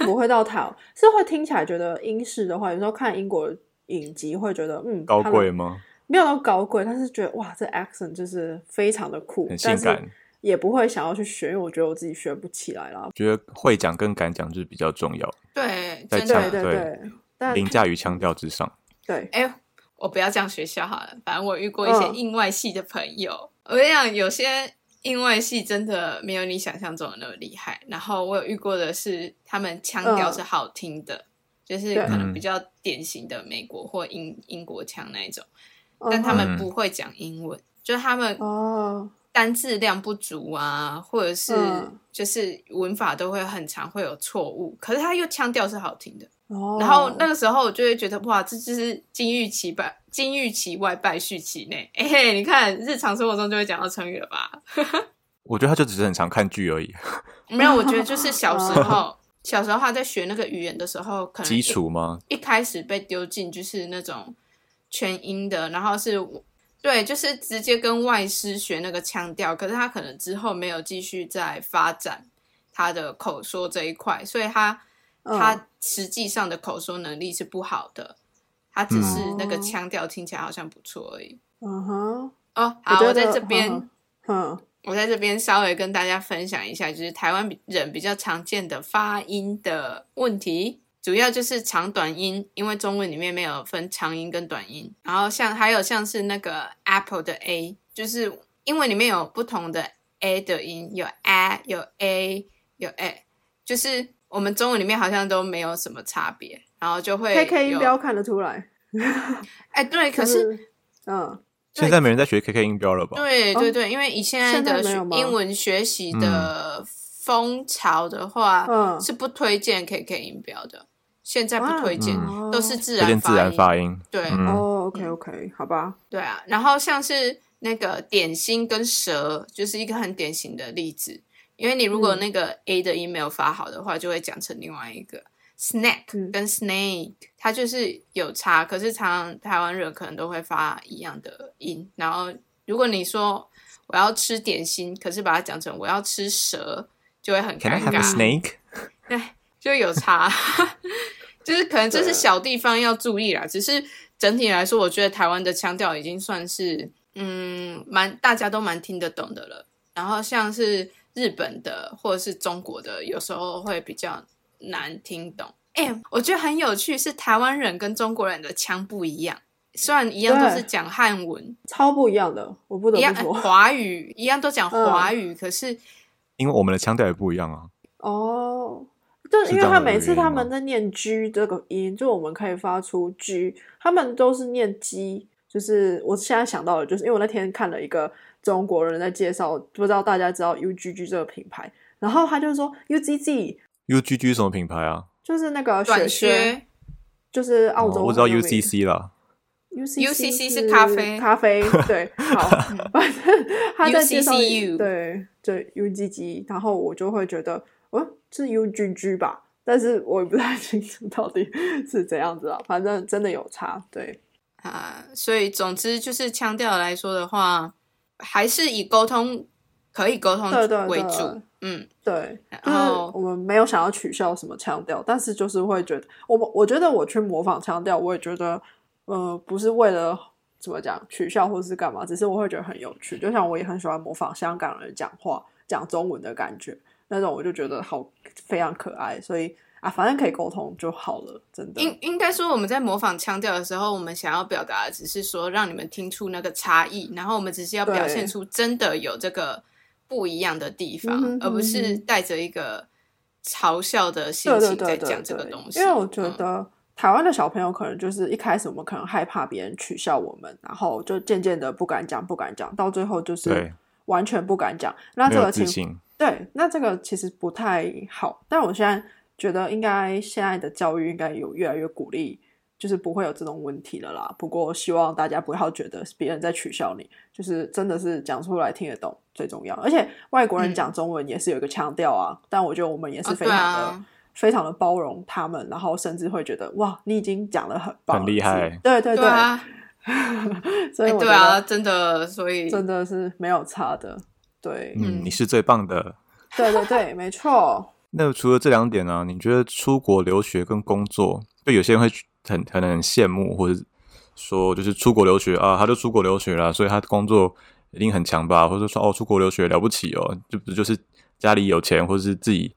[SPEAKER 2] 不会到讨，是会听起来觉得英式的话，有时候看英国影集会觉得嗯
[SPEAKER 4] 高
[SPEAKER 2] 他
[SPEAKER 4] 贵
[SPEAKER 2] 们
[SPEAKER 4] 吗？
[SPEAKER 2] 没有到高贵，但是觉得哇，这 accent 就是非常的酷，
[SPEAKER 4] 很性
[SPEAKER 2] 但是
[SPEAKER 4] 感
[SPEAKER 2] 也不会想要去学，因为我觉得我自己学不起来啦。
[SPEAKER 4] 觉得会讲跟敢讲就是比较重要，
[SPEAKER 3] 对，
[SPEAKER 4] 在
[SPEAKER 3] 真
[SPEAKER 4] 讲
[SPEAKER 2] 对
[SPEAKER 3] 的。
[SPEAKER 2] 对
[SPEAKER 4] 对
[SPEAKER 2] 对，但
[SPEAKER 4] 凌驾于腔调之上。
[SPEAKER 2] 对，
[SPEAKER 3] 哎、我不要这样学校好了，反正我遇过一些
[SPEAKER 2] 嗯
[SPEAKER 3] 英外系的朋友，我跟你讲，有些英外系真的没有你想象中的那么厉害。然后我有遇过的是，他们腔调
[SPEAKER 2] 嗯
[SPEAKER 3] 是好听的，就是
[SPEAKER 2] 对
[SPEAKER 3] 可能
[SPEAKER 4] 嗯
[SPEAKER 3] 比较典型的美国或英英国腔那一种，
[SPEAKER 2] 嗯
[SPEAKER 3] 但他
[SPEAKER 2] 哼
[SPEAKER 3] 们
[SPEAKER 4] 嗯
[SPEAKER 3] 不会讲英文，就是他们
[SPEAKER 2] 哦，
[SPEAKER 3] 单字量不足啊，或者是
[SPEAKER 2] 嗯
[SPEAKER 3] 就是文法都会很常会有错误，可是他又腔调是好听的。
[SPEAKER 2] 哦
[SPEAKER 3] 然后那个时候我就会觉得哇，这就是金玉其外，金玉其外，败絮其内。 哎、嘿，你看日常生活中就会讲到成语了吧？
[SPEAKER 4] 我觉得他就只是很常看剧而已，
[SPEAKER 3] 没有，我觉得就是小
[SPEAKER 2] 嗯
[SPEAKER 3] 时候，小时候他在学那个语言的时候，可能
[SPEAKER 4] 基
[SPEAKER 3] 一
[SPEAKER 4] 础吗？
[SPEAKER 3] 一开始被丢进就是那种全英的，然后是对，就是直接跟外师学那个腔调，可是他可能之后没有继续再发展他的口说这一块，所以他、
[SPEAKER 2] 嗯
[SPEAKER 3] 他实际上的口说能力是不好的，他只是那个腔调听起来好像不错而已。
[SPEAKER 2] 嗯哼，
[SPEAKER 3] 哦，
[SPEAKER 2] 我
[SPEAKER 3] 好，
[SPEAKER 2] 觉
[SPEAKER 3] 我在
[SPEAKER 2] 得
[SPEAKER 3] 这边。
[SPEAKER 2] 嗯哼，
[SPEAKER 3] 我在这边稍微跟大家分享一下，就是台湾人比较常见的发音的问题，主要就是长短音，因为中文里面没有分长音跟短音。然后像还有像是那个 apple 的 a，就是英文里面有不同的 a 的音，有 a 有 a 有 a，就是我们中文里面好像都没有什么差别，然后就会
[SPEAKER 2] ，K K 音
[SPEAKER 3] 有
[SPEAKER 2] 标看得出来，
[SPEAKER 3] 哎，对，可
[SPEAKER 2] 就是是嗯，
[SPEAKER 4] 现在没人在学 KK 音标了吧？
[SPEAKER 3] 对
[SPEAKER 2] 哦
[SPEAKER 3] 对对，因为以现在
[SPEAKER 2] 现在
[SPEAKER 3] 的
[SPEAKER 2] 没
[SPEAKER 3] 学
[SPEAKER 2] 有吗
[SPEAKER 3] 英文学习的
[SPEAKER 4] 嗯
[SPEAKER 3] 风潮的话，
[SPEAKER 2] 嗯
[SPEAKER 3] 啊是不推荐 KK 音标的，现在不推荐，
[SPEAKER 2] 哇
[SPEAKER 3] 都是自
[SPEAKER 4] 有
[SPEAKER 3] 然
[SPEAKER 4] 点
[SPEAKER 3] 发音。
[SPEAKER 4] 嗯自然发音。
[SPEAKER 3] 对、
[SPEAKER 4] 嗯
[SPEAKER 2] 哦，OK OK，好吧，
[SPEAKER 3] 对啊，然后像是那个点心跟蛇，就是一个很典型的例子，因为你如果
[SPEAKER 2] 嗯
[SPEAKER 3] 那个 A 的音没有发好的话，就会讲成另外一个。snack
[SPEAKER 2] 嗯
[SPEAKER 3] 跟 snake，、它就是有差，可是常常台湾人可能都会发一样的音。然后如果你说我要吃点心，可是把它讲成我要吃蛇，就会很
[SPEAKER 4] Can
[SPEAKER 3] 尴
[SPEAKER 4] I have
[SPEAKER 3] 尬
[SPEAKER 4] a。snake？
[SPEAKER 3] 对，就有 差，就是可能这是
[SPEAKER 2] 对啊
[SPEAKER 3] 小地方要注意啦。只是整体来说，我觉得台湾的腔调已经算是嗯，蛮大家都蛮听得懂的了。然后像是日本的或者是中国的，有时候会比较难听懂。哎、我觉得很有趣，是台湾人跟中国人的腔不一样，虽然一样都
[SPEAKER 2] 对
[SPEAKER 3] 是讲汉文，
[SPEAKER 2] 超不一样的，我不得
[SPEAKER 3] 一样
[SPEAKER 2] 不说， 嗯
[SPEAKER 3] 呃华语一样都讲华语，可是
[SPEAKER 4] 因为我们的腔调也不一样啊。
[SPEAKER 2] 哦，就是
[SPEAKER 4] 是
[SPEAKER 2] 因为
[SPEAKER 4] 这样
[SPEAKER 2] 他
[SPEAKER 4] 的
[SPEAKER 2] 每
[SPEAKER 4] 原
[SPEAKER 2] 次
[SPEAKER 4] 因
[SPEAKER 2] 他
[SPEAKER 4] 吗
[SPEAKER 2] 们在念 G 这个音，就我们可以发出 G，他们都是念 G。就是我现在想到的，就是因为我那天看了一个中国人在介绍，不知道大家知道 UGG 这个品牌，然后他就说 UGG
[SPEAKER 4] UGG 什么品牌啊？
[SPEAKER 2] 就是那个
[SPEAKER 3] 短
[SPEAKER 2] 雪
[SPEAKER 3] 靴。
[SPEAKER 2] 就是澳
[SPEAKER 4] 哦
[SPEAKER 2] 洲、
[SPEAKER 4] 我知道 UCC 啦。
[SPEAKER 2] UCC
[SPEAKER 3] UCC
[SPEAKER 2] 是
[SPEAKER 3] 是咖啡
[SPEAKER 2] 咖啡 对，好，反正他在介绍
[SPEAKER 3] UCCU
[SPEAKER 2] 对对 UGG，然后我就会觉得，哦，是 UGG 吧，但是我也不太清楚到底 是怎样子啊，反正真的有差，对，
[SPEAKER 3] 啊、所以总之就是腔调来说的话，还是以沟通可以沟通
[SPEAKER 2] 对对
[SPEAKER 3] 为主。
[SPEAKER 2] 对
[SPEAKER 3] 嗯，
[SPEAKER 2] 对，就
[SPEAKER 3] 然
[SPEAKER 2] 是
[SPEAKER 3] 后
[SPEAKER 2] 我们没有想要取笑什么腔调，但是就是会觉得，我们我觉得我去模仿腔调，我也觉得，呃，不是为了怎么讲取笑或是干嘛，只是我会觉得很有趣。就像我也很喜欢模仿香港人讲话讲中文的感觉，那种我就觉得好非常可爱，所以啊，反正可以沟通就好了，真的。
[SPEAKER 3] 应应该说我们在模仿腔调的时候，我们想要表达的只是说让你们听出那个差异，然后我们只是要表现出真的有这个不一样的地
[SPEAKER 2] 嗯
[SPEAKER 3] 方，
[SPEAKER 2] 哼
[SPEAKER 3] 而不是
[SPEAKER 2] 嗯哼
[SPEAKER 3] 带着一个嘲笑的心
[SPEAKER 2] 对对
[SPEAKER 3] 情
[SPEAKER 2] 对
[SPEAKER 3] 在
[SPEAKER 2] 对
[SPEAKER 3] 讲这个
[SPEAKER 2] 对，
[SPEAKER 3] 东西。
[SPEAKER 2] 因为我觉
[SPEAKER 3] 嗯
[SPEAKER 2] 得台湾的小朋友可能就是一开始我们可能害怕别人取笑我们，然后就渐渐的不敢讲，不敢讲，到最后就是
[SPEAKER 4] 对
[SPEAKER 2] 完全不敢讲。那
[SPEAKER 4] 没
[SPEAKER 2] 这
[SPEAKER 4] 有
[SPEAKER 2] 个
[SPEAKER 4] 自
[SPEAKER 2] 情
[SPEAKER 4] 信，
[SPEAKER 2] 对，那这个其实不太好。但我现在觉得，应该现在的教育应该有越来越鼓励。就是不会有这种问题了啦。不过希望大家不要觉得是别人在取笑你，就是真的是讲出来听得懂最重要。而且外国人
[SPEAKER 3] 嗯
[SPEAKER 2] 讲中文也是有一个腔调啊，但我觉得我们也是
[SPEAKER 3] 哦
[SPEAKER 2] 非
[SPEAKER 3] 对
[SPEAKER 2] 常的、
[SPEAKER 3] 啊
[SPEAKER 2] 非常的包容他们，然后甚至会觉得哇，你已经讲的很棒了，
[SPEAKER 4] 很厉害
[SPEAKER 2] 对对
[SPEAKER 3] 对啊，
[SPEAKER 2] 所以
[SPEAKER 3] 哎
[SPEAKER 2] 我觉
[SPEAKER 3] 对
[SPEAKER 2] 得、
[SPEAKER 3] 啊，真的，所以
[SPEAKER 2] 真的是没有差的，对、
[SPEAKER 4] 嗯，
[SPEAKER 3] 嗯
[SPEAKER 4] 你是最棒的。
[SPEAKER 2] 对对对，没错，
[SPEAKER 4] 那除了这两点呢、你觉得出国留学跟工作，就有些人会很可能很羡慕，或者说就是出国留学啊，他就出国留学啦，所以他工作一定很强吧，或者说哦，出国留学了不起哦，就不就是家里有钱，或者是自己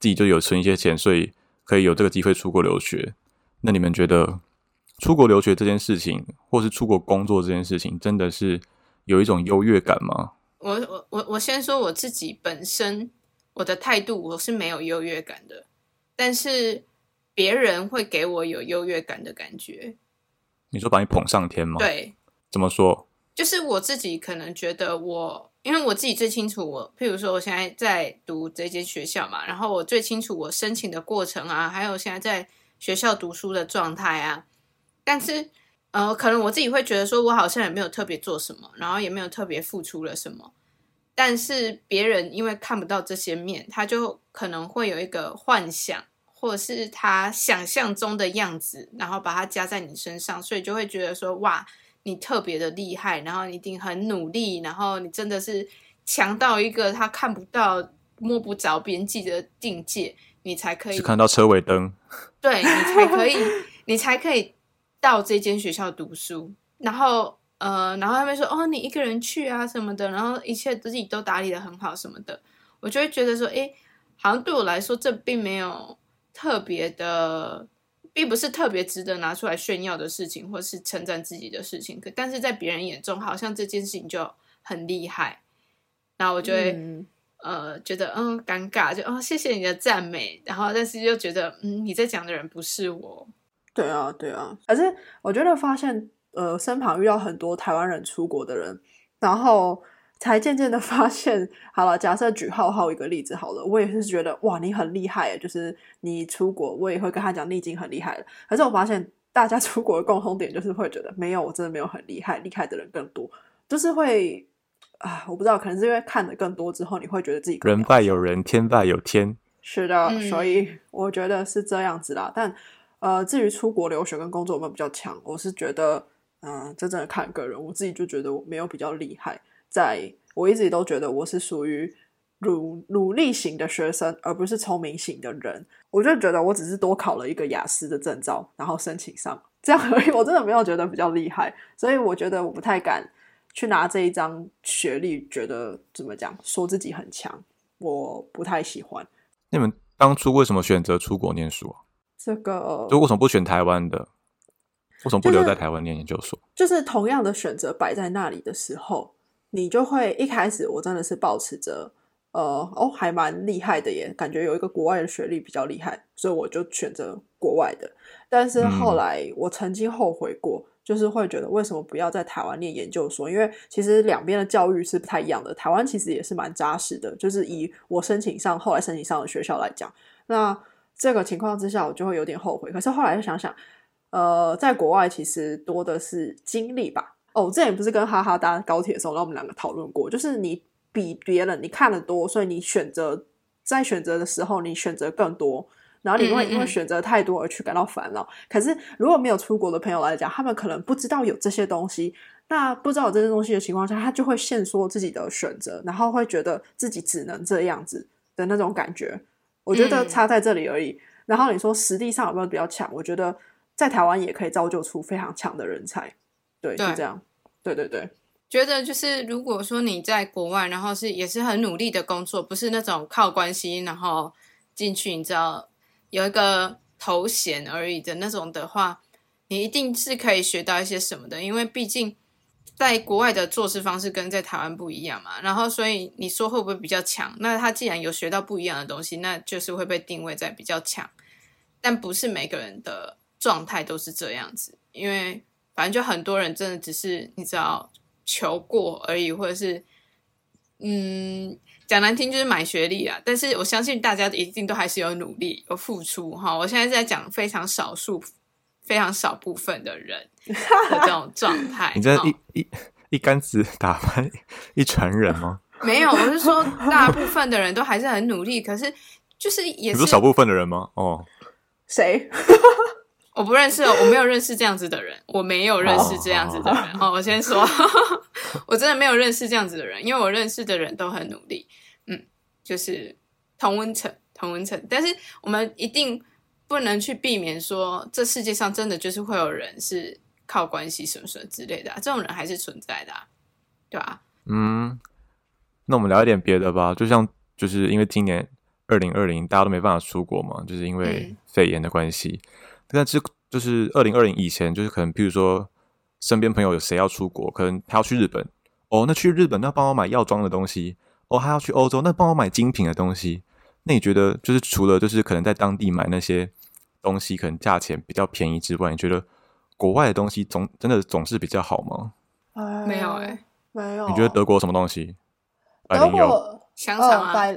[SPEAKER 4] 自己就有存一些钱，所以可以有这个机会出国留学。那你们觉得出国留学这件事情，或是出国工作这件事情，真的是有一种优越感吗？
[SPEAKER 3] 我我我我先说我自己本身我的态度，我是没有优越感的，但是别人会给我有优越感的感觉。
[SPEAKER 4] 你说把你捧上天吗？，
[SPEAKER 3] 对，
[SPEAKER 4] 怎么说？
[SPEAKER 3] 就是我自己可能觉得我因为我自己最清楚我，譬如说我现在在读这间学校嘛，然后我最清楚我申请的过程啊，还有现在在学校读书的状态啊。但是，呃，可能我自己会觉得说，我好像也没有特别做什么，然后也没有特别付出了什么。但是别人因为看不到这些面，他就可能会有一个幻想，或者是他想象中的样子，然后把它加在你身上，所以就会觉得说，哇，你特别的厉害，然后你一定很努力，然后你真的是强到一个他看不到、摸不着边际的境界，你才可以
[SPEAKER 4] 只看到车尾灯，
[SPEAKER 3] 对你才可以，你才可以到这间学校读书。然后呃，然后他们说哦，你一个人去啊什么的，然后一切自己都打理的很好什么的，我就会觉得说，诶，好像对我来说这并没有特别的，并不是特别值得拿出来炫耀的事情，或是称赞自己的事情。可但是在别人眼中，好像这件事情就很厉害，然后我就会。
[SPEAKER 2] 嗯
[SPEAKER 3] 呃，觉得嗯尴尬，就哦谢谢你的赞美，然后但是又觉得嗯你在讲的人不是我，
[SPEAKER 2] 对啊，对啊。可是我觉得发现，呃，身旁遇到很多台湾人出国的人，然后才渐渐的发现，好了，假设举浩浩一个例子好了，我也是觉得哇，你很厉害耶，就是你出国，我也会跟他讲你已经很厉害了。可是我发现大家出国的共同点就是会觉得，没有，我真的没有很厉害，厉害的人更多，就是会啊，我不知道，可能是因为看的更多之后，你会觉得自己更
[SPEAKER 4] 人
[SPEAKER 2] 了
[SPEAKER 4] 外有人，天外有天。
[SPEAKER 2] 是的，
[SPEAKER 3] 嗯
[SPEAKER 2] 所以 我觉得是这样子啦。但呃，至于出国留学跟工作有没有比较强，我是觉得，嗯、这真的看个人。我自己就觉得我没有比较厉害，在我一直都觉得我是属于努努力型的学生，而不是聪明型的人。我就觉得我只是多考了一个雅思的证照，然后申请上，这样而已。我真的没有觉得比较厉害，所以我觉得我不太敢去拿这一张学历，觉得怎么讲，说自己很强，我不太喜欢。
[SPEAKER 4] 你们当初为什么选择出国念书啊？
[SPEAKER 2] 这个
[SPEAKER 4] 就为什么不选台湾的？为什么不
[SPEAKER 2] 就是
[SPEAKER 4] 留在台湾念研究所？
[SPEAKER 2] 就是同样的选择摆在那里的时候，你就会一开始我真的是保持着，呃，哦，还蛮厉害的耶，感觉有一个国外的学历比较厉害，所以我就选择国外的。但是后来我曾经后悔过，就是会觉得为什么不要在台湾念研究所？因为其实两边的教育是不太一样的，台湾其实也是蛮扎实的，就是以我申请上后来申请上的学校来讲，那这个情况之下，我就会有点后悔。可是后来就想想，呃，在国外其实多的是经历吧。哦，这也不是跟哈哈搭高铁的时候，让我们两个讨论过，就是你比别人你看的多，所以你选择在选择的时候，你选择更多，然后你会因
[SPEAKER 3] 嗯嗯
[SPEAKER 2] 为
[SPEAKER 3] 嗯
[SPEAKER 2] 选择太多而去感到烦恼。可是如果没有出国的朋友来讲，他们可能不知道有这些东西。那不知道有这些东西的情况下，他就会限缩自己的选择，然后会觉得自己只能这样子的那种感觉。我觉得
[SPEAKER 3] 嗯
[SPEAKER 2] 差在这里而已。然后你说实力上有没有比较强？我觉得在台湾也可以造就出非常强的人才。对，
[SPEAKER 3] 对
[SPEAKER 2] 是这样。对对对，
[SPEAKER 3] 觉得就是如果说你在国外，然后是也是很努力的工作，不是那种靠关系然后进去，你知道有一个头衔而已的那种的话，你一定是可以学到一些什么的，因为毕竟在国外的做事方式跟在台湾不一样嘛。然后所以你说会不会比较强？那他既然有学到不一样的东西，那就是会被定位在比较强，但不是每个人的状态都是这样子，因为反正就很多人真的只是你知道。求过而已，或者是嗯，讲难听就是买学历啊。但是我相信大家一定都还是有努力、有付出哈。我现在是在讲非常少数、非常少部分的人的这种状态。
[SPEAKER 4] 你这
[SPEAKER 3] 哈
[SPEAKER 4] 一一 一竿子打翻一船人吗？
[SPEAKER 3] 没有，我是说大部分的人都还是很努力，可是就是也是
[SPEAKER 4] 你说少部分的人吗？哦，
[SPEAKER 2] 谁？
[SPEAKER 3] 我不认识哦，我没有认识这样子的人，我没有认识这样子的人。哦，我先说， 我真的没有认识这样子的人，因为我认识的人都很努力，嗯，就是同温层，同温层。但是我们一定不能去避免说，这世界上真的就是会有人是靠关系什么什么之类的、啊，这种人还是存在的、啊，对吧、
[SPEAKER 4] 嗯，那我们聊一点别的吧。就像就是因为今年二零二零大家都没办法出国嘛，就是因为
[SPEAKER 3] 嗯
[SPEAKER 4] 肺炎的关系。但是就是二零二零以前，就是可能譬如说身边朋友有谁要出国，可能他要去日本，哦，那去日本那帮我买药妆的东西，哦，他要去欧洲，那帮我买精品的东西。那你觉得就是除了就是可能在当地买那些东西，可能价钱比较便宜之外，你觉得国外的东西总真的总是比较好吗？
[SPEAKER 2] 哎
[SPEAKER 3] 没有哎、
[SPEAKER 2] 没有。哦
[SPEAKER 4] 你觉得德国什么东西？百
[SPEAKER 2] 如
[SPEAKER 4] 灵油，
[SPEAKER 2] 果
[SPEAKER 3] 香
[SPEAKER 2] 呃
[SPEAKER 3] 肠啊，
[SPEAKER 2] 百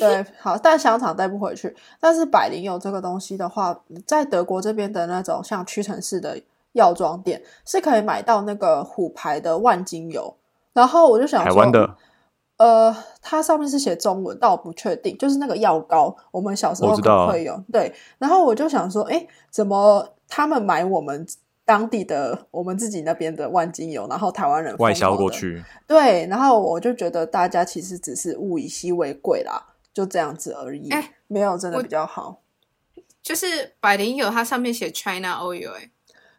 [SPEAKER 2] 对 好，但香肠带不回去。但是百灵油这个东西的话，在德国这边的那种像屈臣氏的药妆店是可以买到那个虎牌的万金油。然后我就想说，
[SPEAKER 4] 台湾的
[SPEAKER 2] 呃，它上面是写中文，但我不确定，就是那个药膏，我们小时候
[SPEAKER 4] 我知道啊
[SPEAKER 2] 可能会有。对，然后我就想说，哎，怎么他们买我们当地的、我们自己那边的万金油，然后台湾人
[SPEAKER 4] 外
[SPEAKER 2] 疯
[SPEAKER 4] 销
[SPEAKER 2] 狂
[SPEAKER 4] 过
[SPEAKER 2] 地
[SPEAKER 4] 去，
[SPEAKER 2] 对，然后我就觉得大家其实只是物以稀为贵啦，就这样子而已，
[SPEAKER 3] 哎
[SPEAKER 2] 没有真的
[SPEAKER 3] 我
[SPEAKER 2] 比较好。
[SPEAKER 3] 就是百灵油，它上面写 China Oil，哎、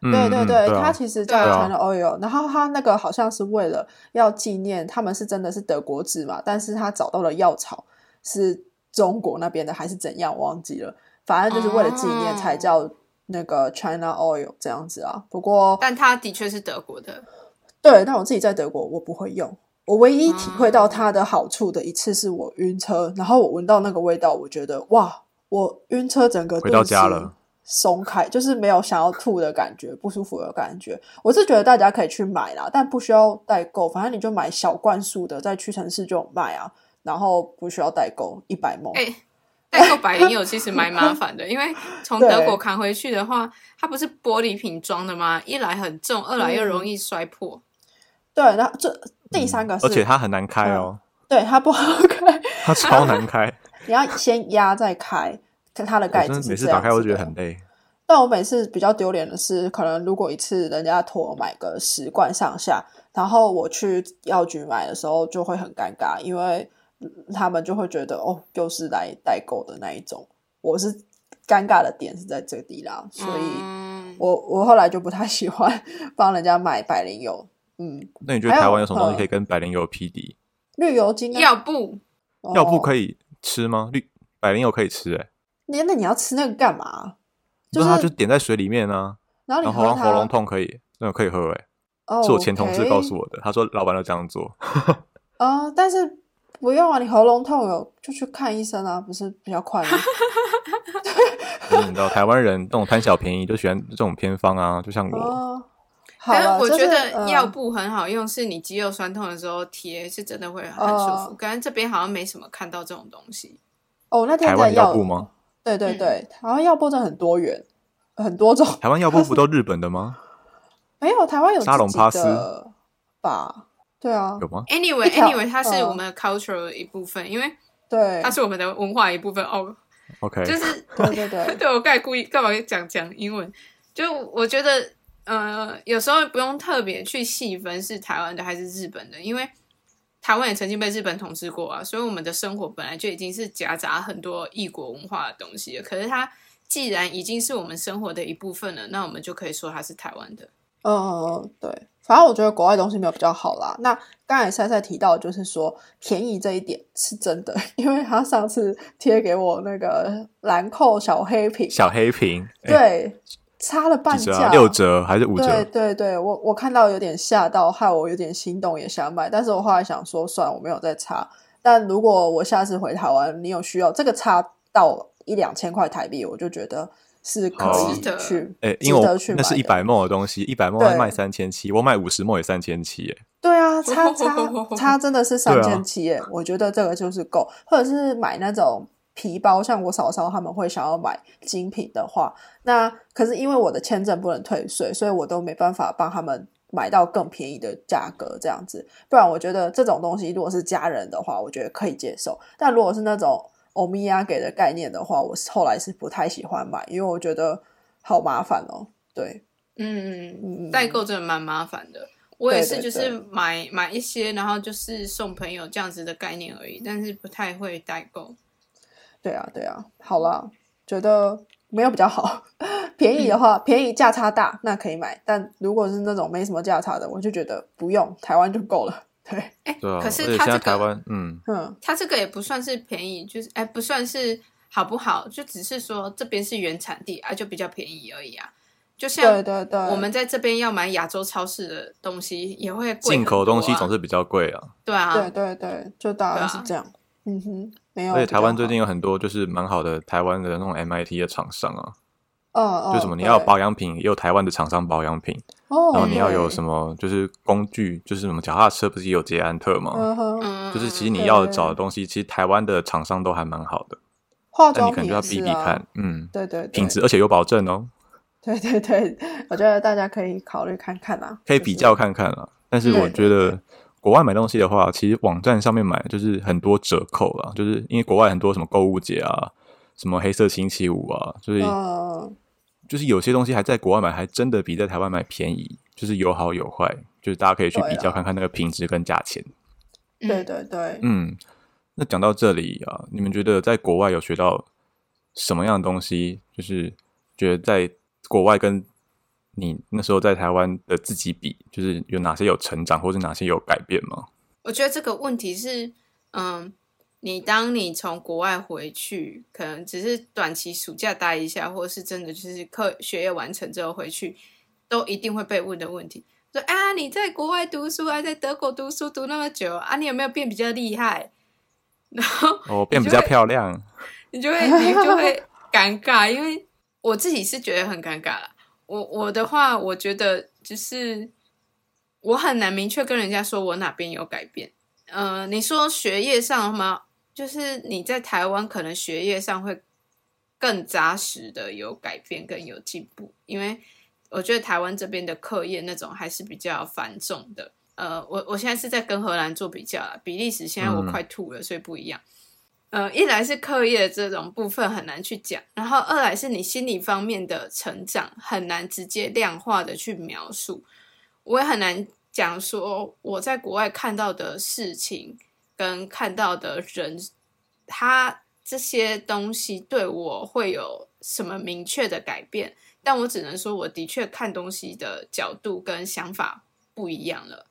[SPEAKER 4] 嗯
[SPEAKER 2] 对对
[SPEAKER 4] 嗯
[SPEAKER 2] 对，
[SPEAKER 4] 啊
[SPEAKER 2] 它其实叫
[SPEAKER 3] 对
[SPEAKER 4] 啊
[SPEAKER 2] China Oil，、然哦后它那个好像是为了要纪念他们是真的是德国制嘛，但是他找到了药草是中国那边的还是怎样，忘记了，反正就是为了纪念才
[SPEAKER 3] 哦
[SPEAKER 2] 叫那个 China Oil 这样子啊。不过
[SPEAKER 3] 但它的确是德国的。
[SPEAKER 2] 对，但我自己在德国我不会用。我唯一体会
[SPEAKER 4] 啊
[SPEAKER 2] 到它的好处的一次是我晕车，然后我闻到那个味道，我觉得哇，我晕车整个
[SPEAKER 4] 回到
[SPEAKER 2] 顿
[SPEAKER 4] 家
[SPEAKER 2] 时
[SPEAKER 4] 了
[SPEAKER 2] 松开，就是没有想要吐的感觉，不舒服的感觉。我是觉得大家可以去买啦，但不需要代购，反正你就买小罐数的，在屈臣氏就有卖啊，然后不需要代购，一百毛。
[SPEAKER 3] 哎、代购百灵油其实蛮麻烦的，因为从
[SPEAKER 2] 对
[SPEAKER 3] 德国扛回去的话，它不是玻璃瓶装的吗？一来很重，二来又容易摔破。
[SPEAKER 2] 对，然后这第三个是，
[SPEAKER 4] 嗯
[SPEAKER 2] 嗯
[SPEAKER 4] 而且它很难开哦，
[SPEAKER 2] 对它不好开，
[SPEAKER 4] 它超难开，
[SPEAKER 2] 你要先压再开，看它的
[SPEAKER 4] 我
[SPEAKER 2] 盖
[SPEAKER 4] 真
[SPEAKER 2] 子
[SPEAKER 4] 的每
[SPEAKER 2] 是
[SPEAKER 4] 次
[SPEAKER 2] 这样
[SPEAKER 4] 打开
[SPEAKER 2] 子
[SPEAKER 4] 我都觉得
[SPEAKER 2] 的
[SPEAKER 4] 很累。
[SPEAKER 2] 但我每次比较丢脸的是，可能如果一次人家托我买个十罐上下，然后我去药局买的时候就会很尴尬，因为嗯他们就会觉得哦，又是来代购的那一种。我是尴尬的点是在这里啦，所以
[SPEAKER 3] 嗯，
[SPEAKER 2] 我我后来就不太喜欢 帮人家买百灵油，嗯，
[SPEAKER 4] 那你觉得
[SPEAKER 2] 还有
[SPEAKER 4] 台湾有什么东西
[SPEAKER 2] 呃
[SPEAKER 4] 可以跟百灵油匹敌？
[SPEAKER 2] 绿油精啊，哦
[SPEAKER 3] 药布
[SPEAKER 4] 药布
[SPEAKER 2] 以。
[SPEAKER 4] 可以吃吗？绿百灵油可以吃哎、欸，
[SPEAKER 2] 你那你要吃那个干嘛？就
[SPEAKER 4] 那
[SPEAKER 2] 是
[SPEAKER 4] 它就点在水里面啊，
[SPEAKER 2] 然后你
[SPEAKER 4] 然后
[SPEAKER 2] 喝
[SPEAKER 4] 好像
[SPEAKER 2] 它，
[SPEAKER 4] 喉咙痛可以，那可以喝哎、
[SPEAKER 2] 哦，
[SPEAKER 4] 是我前同事
[SPEAKER 2] OK
[SPEAKER 4] 告诉我的，他说老板都这样做，
[SPEAKER 2] 啊、但是不用啊，你喉咙痛有就去看医生啊，不是比较快吗？
[SPEAKER 4] 就是你知道台湾人这种贪小便宜就喜欢这种偏方啊，就像我，
[SPEAKER 2] 哦，好
[SPEAKER 3] 但是
[SPEAKER 2] 了，
[SPEAKER 3] 我
[SPEAKER 2] 就是
[SPEAKER 3] 觉得药
[SPEAKER 2] 嗯
[SPEAKER 3] 布很好用，是你肌肉酸痛的时候贴，是真的会很舒服。
[SPEAKER 2] 哦
[SPEAKER 3] 感觉这边好像没什么看到这种东西。
[SPEAKER 2] 哦，那天
[SPEAKER 4] 台
[SPEAKER 2] 在
[SPEAKER 4] 湾药
[SPEAKER 2] 药
[SPEAKER 4] 布吗？
[SPEAKER 2] 对对
[SPEAKER 3] 嗯
[SPEAKER 2] 对，台湾药布真的很多元，很多种。
[SPEAKER 4] 台湾药布不都日本的吗？
[SPEAKER 2] 没有台湾有
[SPEAKER 4] 沙龙
[SPEAKER 2] 自己
[SPEAKER 4] 帕斯
[SPEAKER 2] 的吧？对啊
[SPEAKER 4] 有，吗？
[SPEAKER 2] 一条
[SPEAKER 3] Anyway，Anyway，它是
[SPEAKER 2] 嗯
[SPEAKER 3] 我们的 culture 的一部分，因为
[SPEAKER 2] 对
[SPEAKER 3] 它是我们的文化一部分。哦，
[SPEAKER 4] OK，
[SPEAKER 3] 就是
[SPEAKER 2] 对对对，
[SPEAKER 3] 对我刚才故意干嘛讲讲英文？就我觉得，呃，有时候不用特别去细分是台湾的还是日本的，因为台湾也曾经被日本统治过啊，所以我们的生活本来就已经是夹杂很多异国文化的东西了。可是它既然已经是我们生活的一部分了，那我们就可以说它是台湾的。
[SPEAKER 2] 嗯对，反正我觉得国外东西没有比较好啦。那刚才赛赛提到，就是说便宜这一点是真的， 因为他上次贴给我那个兰蔻小黑瓶，
[SPEAKER 4] 小黑瓶，哎
[SPEAKER 2] 对，差了半
[SPEAKER 4] 几折
[SPEAKER 2] 价，
[SPEAKER 4] 啊？六折还是五
[SPEAKER 2] 对
[SPEAKER 4] 折？
[SPEAKER 2] 对对，我我看到有点吓到，害我有点心动，也想买。但是我后来想说，算了，我没有再差。但如果我下次回台湾，你有需要这个差到一两千块台币，我就觉得是可
[SPEAKER 4] 好
[SPEAKER 2] 以
[SPEAKER 3] 值得
[SPEAKER 2] 去，
[SPEAKER 4] 哎，
[SPEAKER 2] 值
[SPEAKER 4] 因为我
[SPEAKER 2] 得去买
[SPEAKER 4] 那
[SPEAKER 2] 的。
[SPEAKER 4] 是一百梦的东西，一百梦
[SPEAKER 2] 对
[SPEAKER 4] 它卖三千七，我买五十梦也三千七，哎，
[SPEAKER 2] 对 啊，差差差真的是三千七耶！我觉得这个就是够，或者是买那种皮包，像我嫂嫂他们会想要买精品的话，那可是因为我的签证不能退税，所以我都没办法帮他们买到更便宜的价格这样子。不然我觉得这种东西如果是家人的话，我觉得可以接受，但如果是那种欧米亚给的概念的话，我后来是不太喜欢买，因为我觉得好麻烦哦。对，
[SPEAKER 3] 嗯，
[SPEAKER 2] 嗯，
[SPEAKER 3] 代购真的蛮麻烦的。我也是，
[SPEAKER 2] 对对
[SPEAKER 3] 就是
[SPEAKER 2] 对
[SPEAKER 3] 买买一些，然后就是送朋友这样子的概念而已，但是不太会代购。
[SPEAKER 2] 对啊，对啊，好啦，觉得没有比较好。 便宜的话，便宜价差大，那可以买；但如果是那种没什么价差的，我就觉得不用，台湾就够了。 对，
[SPEAKER 3] 哎、
[SPEAKER 4] 对啊。
[SPEAKER 3] 可
[SPEAKER 4] 而
[SPEAKER 3] 是
[SPEAKER 4] 且
[SPEAKER 3] 它这
[SPEAKER 4] 现
[SPEAKER 3] 个
[SPEAKER 4] 在台湾，嗯，
[SPEAKER 2] 嗯，
[SPEAKER 3] 它这个也不算是便宜，就是哎，不算是好不好，就只是说这边是原产地啊，就比较便宜而已啊。就
[SPEAKER 2] 对
[SPEAKER 3] 像
[SPEAKER 2] 对对，
[SPEAKER 3] 我们在这边要买亚洲超市的东西，也会贵
[SPEAKER 4] 进
[SPEAKER 3] 很
[SPEAKER 4] 口
[SPEAKER 3] 多
[SPEAKER 4] 东西
[SPEAKER 3] 啊
[SPEAKER 4] 总是比较贵啊。
[SPEAKER 3] 对啊，
[SPEAKER 2] 对对对，就大概
[SPEAKER 3] 对啊
[SPEAKER 2] 是这样。嗯哼，没有比较
[SPEAKER 4] 而
[SPEAKER 2] 好。
[SPEAKER 4] 且台湾最近有很多就是蛮好的台湾的那种 MIT 的厂商啊，
[SPEAKER 2] 哦哦，
[SPEAKER 4] 就什么你要有
[SPEAKER 2] 对
[SPEAKER 4] 保养品，也有台湾的厂商保养品，
[SPEAKER 2] 哦，
[SPEAKER 4] 然后你要有
[SPEAKER 2] 么？
[SPEAKER 4] 什么就是工具，就是什么脚踏车不是有捷安特吗？
[SPEAKER 2] 嗯哼，
[SPEAKER 3] 嗯，
[SPEAKER 4] 就是其实
[SPEAKER 2] 嗯
[SPEAKER 4] 你要找的东西，其实台湾的厂商都还蛮好的，
[SPEAKER 2] 化
[SPEAKER 4] 但
[SPEAKER 2] 妆
[SPEAKER 4] 你可
[SPEAKER 2] 品
[SPEAKER 4] 能就要比
[SPEAKER 2] 也
[SPEAKER 4] 比
[SPEAKER 2] 是啊
[SPEAKER 4] 看，，嗯，
[SPEAKER 2] 对对，对
[SPEAKER 4] 品质，而且有保证哦，
[SPEAKER 2] 对对对，我觉得大家可以考虑看看啊，
[SPEAKER 4] 可以
[SPEAKER 2] 就
[SPEAKER 4] 比
[SPEAKER 2] 是
[SPEAKER 4] 较看看啦。但是我
[SPEAKER 2] 对
[SPEAKER 4] 觉得国外买东西的话，其实网站上面买就是很多折扣啦，就是因为国外很多什么购物节啊，什么黑色星期五啊，所以
[SPEAKER 2] 嗯，
[SPEAKER 4] 就是有些东西还在国外买，还真的比在台湾买便宜，就是有好有坏，就是大家可以去
[SPEAKER 2] 对啊
[SPEAKER 4] 比
[SPEAKER 2] 啦
[SPEAKER 4] 较看看那个品质跟价钱。
[SPEAKER 3] 嗯
[SPEAKER 2] 对对对，
[SPEAKER 4] 嗯，那讲到这里啊，你们觉得在国外有学到什么样的东西？就是觉得在国外跟你那时候在台湾的自己比，就是有哪些有成长，或者哪些有改变吗？
[SPEAKER 3] 我觉得这个问题是，嗯，你当你从国外回去，可能只是短期暑假待一下，或者是真的就是课学业完成之后回去，都一定会被问的问题。说啊，你在国外读书啊，在德国读书读那么久啊，你有没有变比较厉害？然后
[SPEAKER 4] 哦，变
[SPEAKER 3] 你
[SPEAKER 4] 比
[SPEAKER 3] 就
[SPEAKER 4] 较
[SPEAKER 3] 会
[SPEAKER 4] 漂亮，
[SPEAKER 3] 你就会你就会尴尬，因为我自己是觉得很尴尬啦。我我的话，我觉得就是我很难明确跟人家说我哪边有改变。呃，你说学业上吗？就是你在台湾可能学业上会更扎实的有改变，更有进步，因为我觉得台湾这边的课业那种还是比较繁重的。呃，我我现在是在跟荷兰做比较啦，比利时现在我
[SPEAKER 4] 嗯
[SPEAKER 3] 快吐了，所以不一样。呃，一来是课业这种部分很难去讲，然后二来是你心理方面的成长很难直接量化的去描述，我也很难讲说我在国外看到的事情跟看到的人，他这些东西对我会有什么明确的改变，但我只能说我的确看东西的角度跟想法不一样了。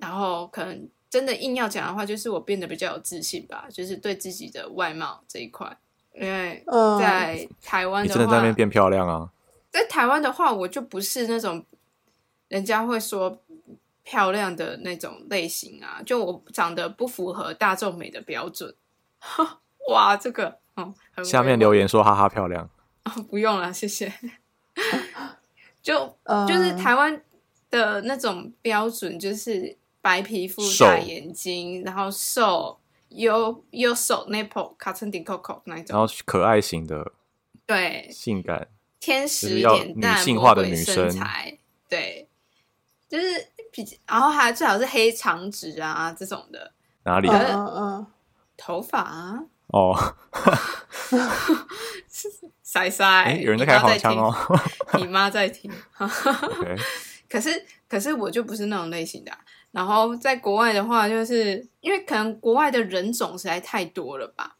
[SPEAKER 3] 然后可能真的硬要讲的话，就是我变得比较有自信吧，就是对自己的外貌这一块，因为
[SPEAKER 2] 嗯，
[SPEAKER 3] 在台湾
[SPEAKER 4] 你
[SPEAKER 3] 的
[SPEAKER 4] 真
[SPEAKER 3] 话，
[SPEAKER 4] 的在那边变漂亮啊！
[SPEAKER 3] 在台湾的话，我就不是那种人家会说漂亮的那种类型啊，就我长得不符合大众美的标准。 哇，这个哦，很
[SPEAKER 4] 下面
[SPEAKER 3] 委婉
[SPEAKER 4] 留言说哈哈漂亮，
[SPEAKER 3] 哦，不用了，谢谢。 就
[SPEAKER 2] 嗯
[SPEAKER 3] 就是台湾的那种标准，就是白皮肤、
[SPEAKER 4] 瘦
[SPEAKER 3] 大眼睛，然后瘦、又又瘦、nipple、卡森顶 coco 那一
[SPEAKER 4] 然
[SPEAKER 3] 种，
[SPEAKER 4] 后可爱型 的、
[SPEAKER 3] 对，
[SPEAKER 4] 性感，
[SPEAKER 3] 天
[SPEAKER 4] 就
[SPEAKER 3] 使
[SPEAKER 4] 是要
[SPEAKER 3] 脸蛋、
[SPEAKER 4] 女性化的
[SPEAKER 3] 魔鬼
[SPEAKER 4] 女生
[SPEAKER 3] 身材，对，就是比，然后还最好是黑长直啊这种的
[SPEAKER 4] 哪里
[SPEAKER 2] 嗯
[SPEAKER 4] 啊、
[SPEAKER 3] 呃
[SPEAKER 2] 嗯嗯，
[SPEAKER 3] 头发啊，
[SPEAKER 4] 哦？
[SPEAKER 3] 塞塞，
[SPEAKER 4] 哎，有人
[SPEAKER 3] 你
[SPEAKER 4] 在开
[SPEAKER 3] 妈
[SPEAKER 4] 黄腔哦。
[SPEAKER 3] 听，你妈在听。
[SPEAKER 4] OK，
[SPEAKER 3] 可是可是我就不是那种类型的啊、然后在国外的话，就是因为可能国外的人种实在太多了吧，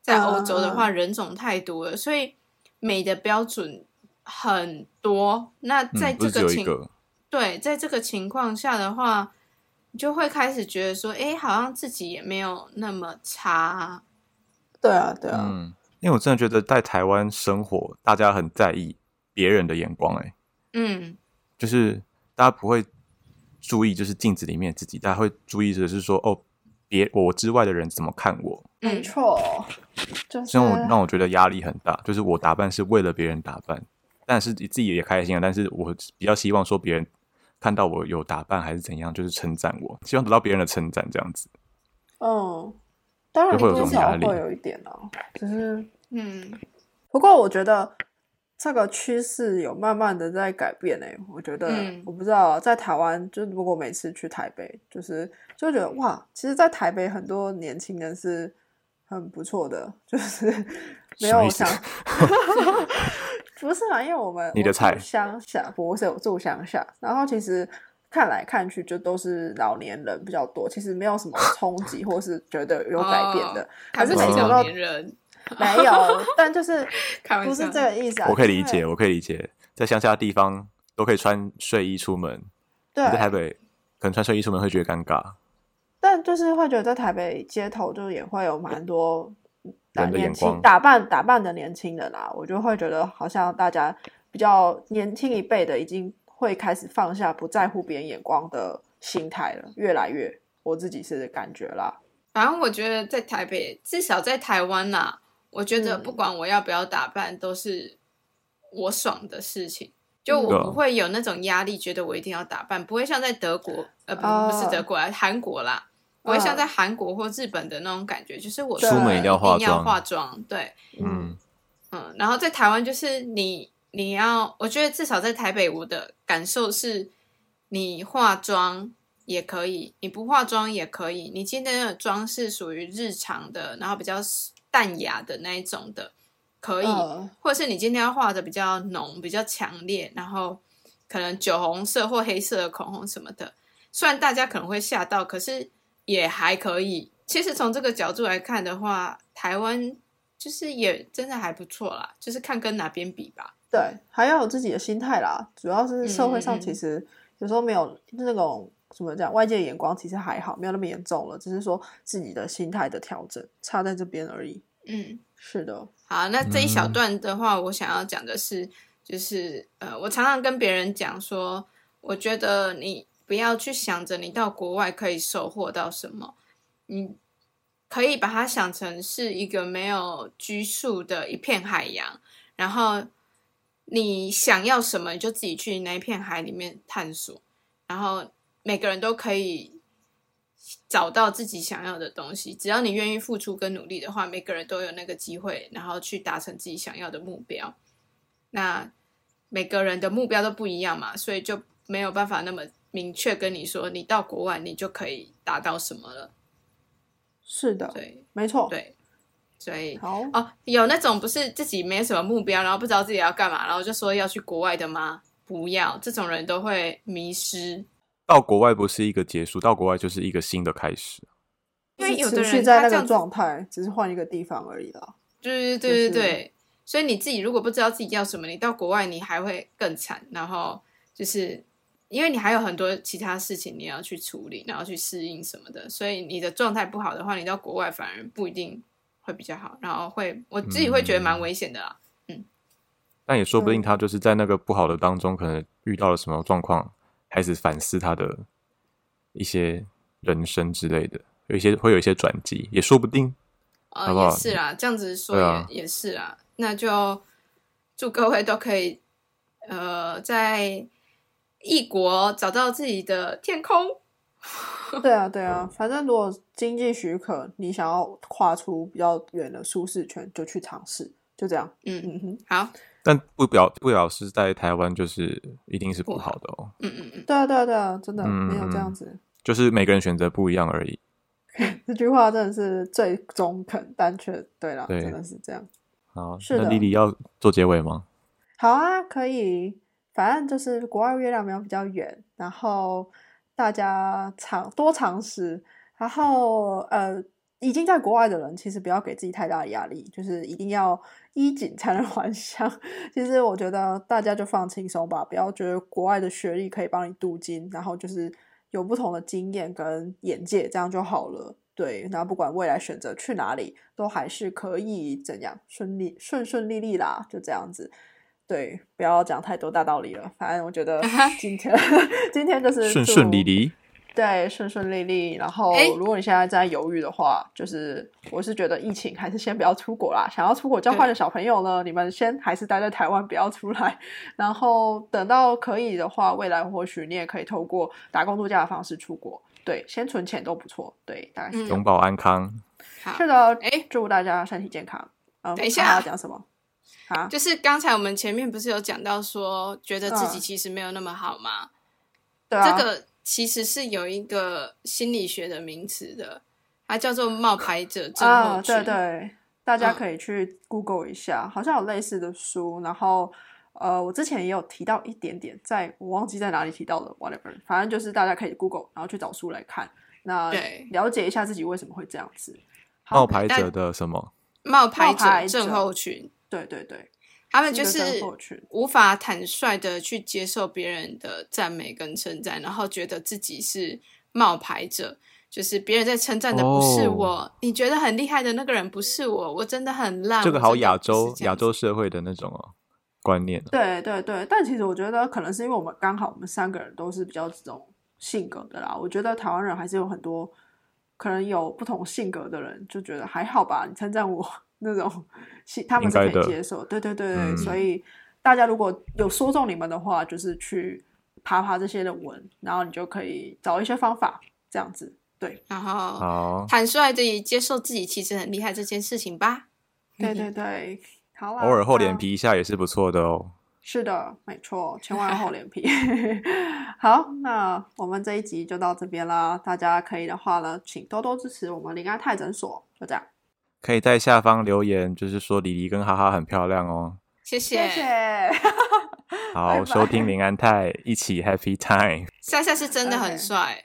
[SPEAKER 3] 在欧洲的
[SPEAKER 4] 嗯
[SPEAKER 3] 话人种太多了，所以美的标准很多。那 在
[SPEAKER 4] 嗯，不
[SPEAKER 3] 这
[SPEAKER 4] 是只有一
[SPEAKER 3] 情
[SPEAKER 4] 个，
[SPEAKER 3] 对，在这个情况下的话，你就会开始觉得说，哎，好像自己也没有那么差。
[SPEAKER 2] 对啊对啊，
[SPEAKER 4] 嗯，因为我真的觉得在台湾生活，大家很在意别人的眼光、欸，
[SPEAKER 3] 嗯，
[SPEAKER 4] 就是大家不会注意，就是镜子里面自己，大家会注意的是说，哦，别我之外的人怎么看我，
[SPEAKER 2] 没
[SPEAKER 3] 嗯，
[SPEAKER 2] 错，就是
[SPEAKER 4] 虽然我让我觉得压力很大，就是我打扮是为了别人打扮，但是自己也开心啊，但是我比较希望说别人看到我有打扮还是怎样，就是称赞我，希望得到别人的称赞这样子。
[SPEAKER 2] 嗯，当然
[SPEAKER 4] 就会有这
[SPEAKER 2] 多
[SPEAKER 4] 种
[SPEAKER 2] 少
[SPEAKER 4] 压
[SPEAKER 2] 会
[SPEAKER 4] 力
[SPEAKER 2] 有一点啊，只是
[SPEAKER 3] 嗯，
[SPEAKER 2] 不过我觉得这个趋势有慢慢的在改变诶、我觉得、
[SPEAKER 3] 嗯
[SPEAKER 2] 我不知道啊在台湾，就如果每次去台北，就是就会觉得哇，其实，在台北很多年轻人是很不错的，就是 没
[SPEAKER 4] 什么
[SPEAKER 2] 有
[SPEAKER 4] 意思
[SPEAKER 2] 想。 不是啊，因为我们
[SPEAKER 4] 你的
[SPEAKER 2] 我住
[SPEAKER 4] 菜
[SPEAKER 2] 乡下，不是我住乡下，然后其实看来看去就都是老年人比较多，其实没有什么冲击或是觉得有改变
[SPEAKER 4] 哦
[SPEAKER 2] 的，还
[SPEAKER 3] 看
[SPEAKER 2] 是
[SPEAKER 3] 不起
[SPEAKER 2] 可以
[SPEAKER 4] 走
[SPEAKER 2] 找
[SPEAKER 3] 老
[SPEAKER 2] 到
[SPEAKER 3] 年人，
[SPEAKER 2] 没有，但就是
[SPEAKER 3] 开玩
[SPEAKER 2] 不是
[SPEAKER 3] 笑
[SPEAKER 2] 这个意思啊。
[SPEAKER 4] 我可以
[SPEAKER 2] 就
[SPEAKER 4] 理
[SPEAKER 2] 是
[SPEAKER 4] 解，，我可以理解，在乡下的地方都可以穿睡衣出门，
[SPEAKER 2] 对
[SPEAKER 4] 你在，台北可能穿睡衣出门会觉得尴尬，
[SPEAKER 2] 但就是会觉得在台北街头就也会有蛮多打
[SPEAKER 4] 人的眼
[SPEAKER 2] 年轻
[SPEAKER 4] 光
[SPEAKER 2] 打扮打扮的年轻人啦、我就会觉得好像大家比较年轻一辈的已经会开始放下不在乎别人眼光的心态了，越来越我自己是感觉啦，
[SPEAKER 3] 反正我觉得在台北，至少在台湾呐、我觉得
[SPEAKER 2] 嗯
[SPEAKER 3] 不管我要不要打扮，都是我爽的事情。就
[SPEAKER 2] 嗯
[SPEAKER 4] 对
[SPEAKER 3] 我
[SPEAKER 4] 啊
[SPEAKER 3] 不会有那种压力，觉得我一定要打扮，不会像在德国，呃，不
[SPEAKER 2] 哦
[SPEAKER 3] 不是德国啊，韩国啦，不会像
[SPEAKER 2] 嗯
[SPEAKER 3] 在韩国或日本的那种感觉，就是我
[SPEAKER 2] 出
[SPEAKER 3] 爽
[SPEAKER 2] 门一定
[SPEAKER 4] 要化
[SPEAKER 3] 一定要
[SPEAKER 4] 妆
[SPEAKER 3] 化妆，对，
[SPEAKER 4] 嗯，
[SPEAKER 3] 嗯，然后在台湾就是你你要，我觉得至少在台北，我的感受是，你化妆也可以，你不化妆也可以，你今天的妆是属于日常的，然后比较淡雅的那一种的，可以，
[SPEAKER 2] 嗯
[SPEAKER 3] 或者是你今天要画的比较浓、比较强烈，然后可能酒红色或黑色的口红什么的，虽然大家可能会吓到，可是也还可以。其实从这个角度来看的话，台湾就是也真的还不错啦，就是看跟哪边比吧。
[SPEAKER 2] 对，还要有自己的心态啦。主要是社会
[SPEAKER 3] 嗯嗯
[SPEAKER 2] 上
[SPEAKER 3] 嗯
[SPEAKER 2] 其实有时候没有那种怎么讲，外界的眼光其实还好，没有那么严重了，只是说自己的心态的调整差在这边而已。
[SPEAKER 3] 嗯，
[SPEAKER 2] 是的，
[SPEAKER 3] 好，那这一小段的话，我想要讲的是，就是呃，我常常跟别人讲说，我觉得你不要去想着你到国外可以收获到什么，你可以把它想成是一个没有拘束的一片海洋，然后你想要什么，你就自己去那一片海里面探索，然后每个人都可以找到自己想要的东西，只要你愿意付出跟努力的话，每个人都有那个机会，然后去达成自己想要的目标。那每个人的目标都不一样嘛，所以就没有办法那么明确跟你说，你到国外你就可以达到什么了。
[SPEAKER 2] 是的，
[SPEAKER 3] 对
[SPEAKER 2] 没错。
[SPEAKER 3] 对，所以
[SPEAKER 2] 好，
[SPEAKER 3] 哦，有那种不是自己没什么目标，然后不知道自己要干嘛，然后就说要去国外的吗？不要，这种人都会迷失。
[SPEAKER 4] 到国外不是一个结束，到国外就是一个新的开始。
[SPEAKER 3] 因
[SPEAKER 2] 就
[SPEAKER 3] 为
[SPEAKER 2] 是
[SPEAKER 3] 有的
[SPEAKER 2] 持续
[SPEAKER 3] 人
[SPEAKER 2] 在
[SPEAKER 3] 他
[SPEAKER 2] 那
[SPEAKER 3] 这
[SPEAKER 2] 个
[SPEAKER 3] 样子
[SPEAKER 2] 状态，只是换一个地方而已 啦。
[SPEAKER 3] 对对对对
[SPEAKER 2] 就是
[SPEAKER 3] 对，所以你自己如果不知道自己要什么，你到国外你还会更惨。然后就是因为你还有很多其他事情你要去处理，然后去适应什么的，所以你的状态不好的话，你到国外反而不一定会比较好，然后会我自己会觉得蛮危险的啦。
[SPEAKER 4] 但也说不定
[SPEAKER 2] 嗯
[SPEAKER 4] 他就是在那个不好的当中，可能遇到了什么状况，开始反思他的一些人生之类的，有一些会有一些转机，也说不定。
[SPEAKER 2] 嗯
[SPEAKER 4] 好不
[SPEAKER 3] 呃，
[SPEAKER 4] 好
[SPEAKER 3] 也是啦，这样子说也、
[SPEAKER 4] 对啊
[SPEAKER 3] 也是啦。那就祝各位都可以呃在异国找到自己的天空。
[SPEAKER 2] 对啊，对啊，反正如果经济许可，你想要跨出比较远的舒适圈，就去尝试，就这样。
[SPEAKER 3] 嗯，
[SPEAKER 2] 嗯哼，
[SPEAKER 3] 好，
[SPEAKER 4] 但不表不表示在台湾就是一定是不好的哦，
[SPEAKER 3] 嗯嗯嗯，
[SPEAKER 2] 对啊，对啊，对啊，真的没有这
[SPEAKER 4] 嗯嗯
[SPEAKER 2] 样
[SPEAKER 4] 嗯
[SPEAKER 2] 子。
[SPEAKER 4] 就是每个人选择不一样而已。
[SPEAKER 2] 这句话真的是最中肯，但却对了，
[SPEAKER 4] 对
[SPEAKER 2] 真的是这样。
[SPEAKER 4] 好，
[SPEAKER 2] 是
[SPEAKER 4] 那
[SPEAKER 2] 的
[SPEAKER 4] 丽丽要做结尾吗？
[SPEAKER 2] 好啊，可以，反正就是国外月亮没有比较远，然后大家尝多尝试，然后呃，已经在国外的人其实不要给自己太大的压力，就是一定要衣锦才能 还乡。其实我觉得大家就放轻松吧，不要觉得国外的学历可以帮你镀金，然后就是有不同的经验跟眼界，这样就好了。对，然后不管未来选择去哪里，都还是可以怎样顺利顺顺利利啦，就这样子。对，不要讲太多大道理了，反正我 觉得今天 今天就是
[SPEAKER 4] 顺顺利
[SPEAKER 2] 祝
[SPEAKER 4] 利，
[SPEAKER 2] 对，顺顺利利。然后
[SPEAKER 3] 哎，
[SPEAKER 2] 如果你现在在犹豫的话，就是我是觉得疫情还是先不要出国啦。想要出国交换的小朋友呢，你们先还是待在台湾，不要出来。然后等到可以的话，未来或许你也可以透过打工度假的方式出国。对，先存钱都不错。对，大概是、
[SPEAKER 3] 嗯
[SPEAKER 4] 永保安康。
[SPEAKER 3] 好。
[SPEAKER 2] 是的。
[SPEAKER 3] 哎
[SPEAKER 2] 祝大家身体健康。嗯，
[SPEAKER 3] 等一下
[SPEAKER 2] 还要讲什 么？啊，
[SPEAKER 3] 就是刚才我们前面不是有讲到说，觉得自己
[SPEAKER 2] 嗯
[SPEAKER 3] 其实没有那么好吗？
[SPEAKER 2] 对啊，
[SPEAKER 3] 这个其实是有一个心理学的名词的，它叫做冒牌者症候
[SPEAKER 2] 啊，
[SPEAKER 3] 群。
[SPEAKER 2] 对对，大家
[SPEAKER 3] 嗯
[SPEAKER 2] 可以去 Google 一下，好像有类似的书。然后，呃，我之前也有提到一点点，在我忘记在哪里提到了，whatever，反正就是大家可以 Google，然后去找书来看，那
[SPEAKER 3] 对哦
[SPEAKER 2] 了解一下自己为什么会这样子。好
[SPEAKER 4] 冒牌者的什么？
[SPEAKER 3] 冒牌
[SPEAKER 2] 冒牌
[SPEAKER 3] 者症
[SPEAKER 2] 者
[SPEAKER 3] 候群，
[SPEAKER 2] 对对对，
[SPEAKER 3] 他们
[SPEAKER 2] 这
[SPEAKER 3] 就
[SPEAKER 2] 个
[SPEAKER 3] 是
[SPEAKER 2] 症候群
[SPEAKER 3] 无法坦率的去接受别人的赞美跟称赞，然后觉得自己是冒牌者，就是别人在称赞的不是
[SPEAKER 4] 哦
[SPEAKER 3] 我，你觉得很厉害的那个人不是我，我真的很烂。
[SPEAKER 4] 这个
[SPEAKER 3] 我
[SPEAKER 4] 好
[SPEAKER 3] 真的
[SPEAKER 4] 亚
[SPEAKER 3] 不是
[SPEAKER 4] 洲
[SPEAKER 3] 这样
[SPEAKER 4] 亚
[SPEAKER 3] 子
[SPEAKER 4] 洲社会的那种哦观念哦。
[SPEAKER 2] 对对对，但其实我觉得可能是因为我们刚好我们三个人都是比较这种性格的啦。我觉得台湾人还是有很多可能有不同性格的人，就觉得还好吧，你称赞我 那种，是他们
[SPEAKER 4] 应
[SPEAKER 2] 是可
[SPEAKER 4] 该的
[SPEAKER 2] 以接受。对对对对，
[SPEAKER 4] 嗯
[SPEAKER 2] 所以大家如果有说中你们的话，就是去爬爬这些的文，然后你就可以找一些方法这样子。对，
[SPEAKER 3] 然后
[SPEAKER 4] 哦好，
[SPEAKER 3] 坦率地接受自己其实很厉害这件事情吧。
[SPEAKER 2] 对
[SPEAKER 3] 嗯
[SPEAKER 2] 对对，好啦，
[SPEAKER 4] 嗯偶尔厚脸
[SPEAKER 2] 啊那
[SPEAKER 4] 皮一下也是不错的哦。
[SPEAKER 2] 是的，没错，千万厚脸皮。 好，那我们这一集就到这边啦。大家可以的话呢，请多多支持我们林安泰诊所。就这样，
[SPEAKER 4] 可以在下方留言，就是说李黎跟哈哈很漂亮哦。
[SPEAKER 3] 谢谢，
[SPEAKER 2] 谢谢。拜
[SPEAKER 4] 好，
[SPEAKER 2] 拜
[SPEAKER 4] 收听林安泰，一起 Happy Time。
[SPEAKER 3] 夏夏是真的很
[SPEAKER 2] OK
[SPEAKER 3] 帅。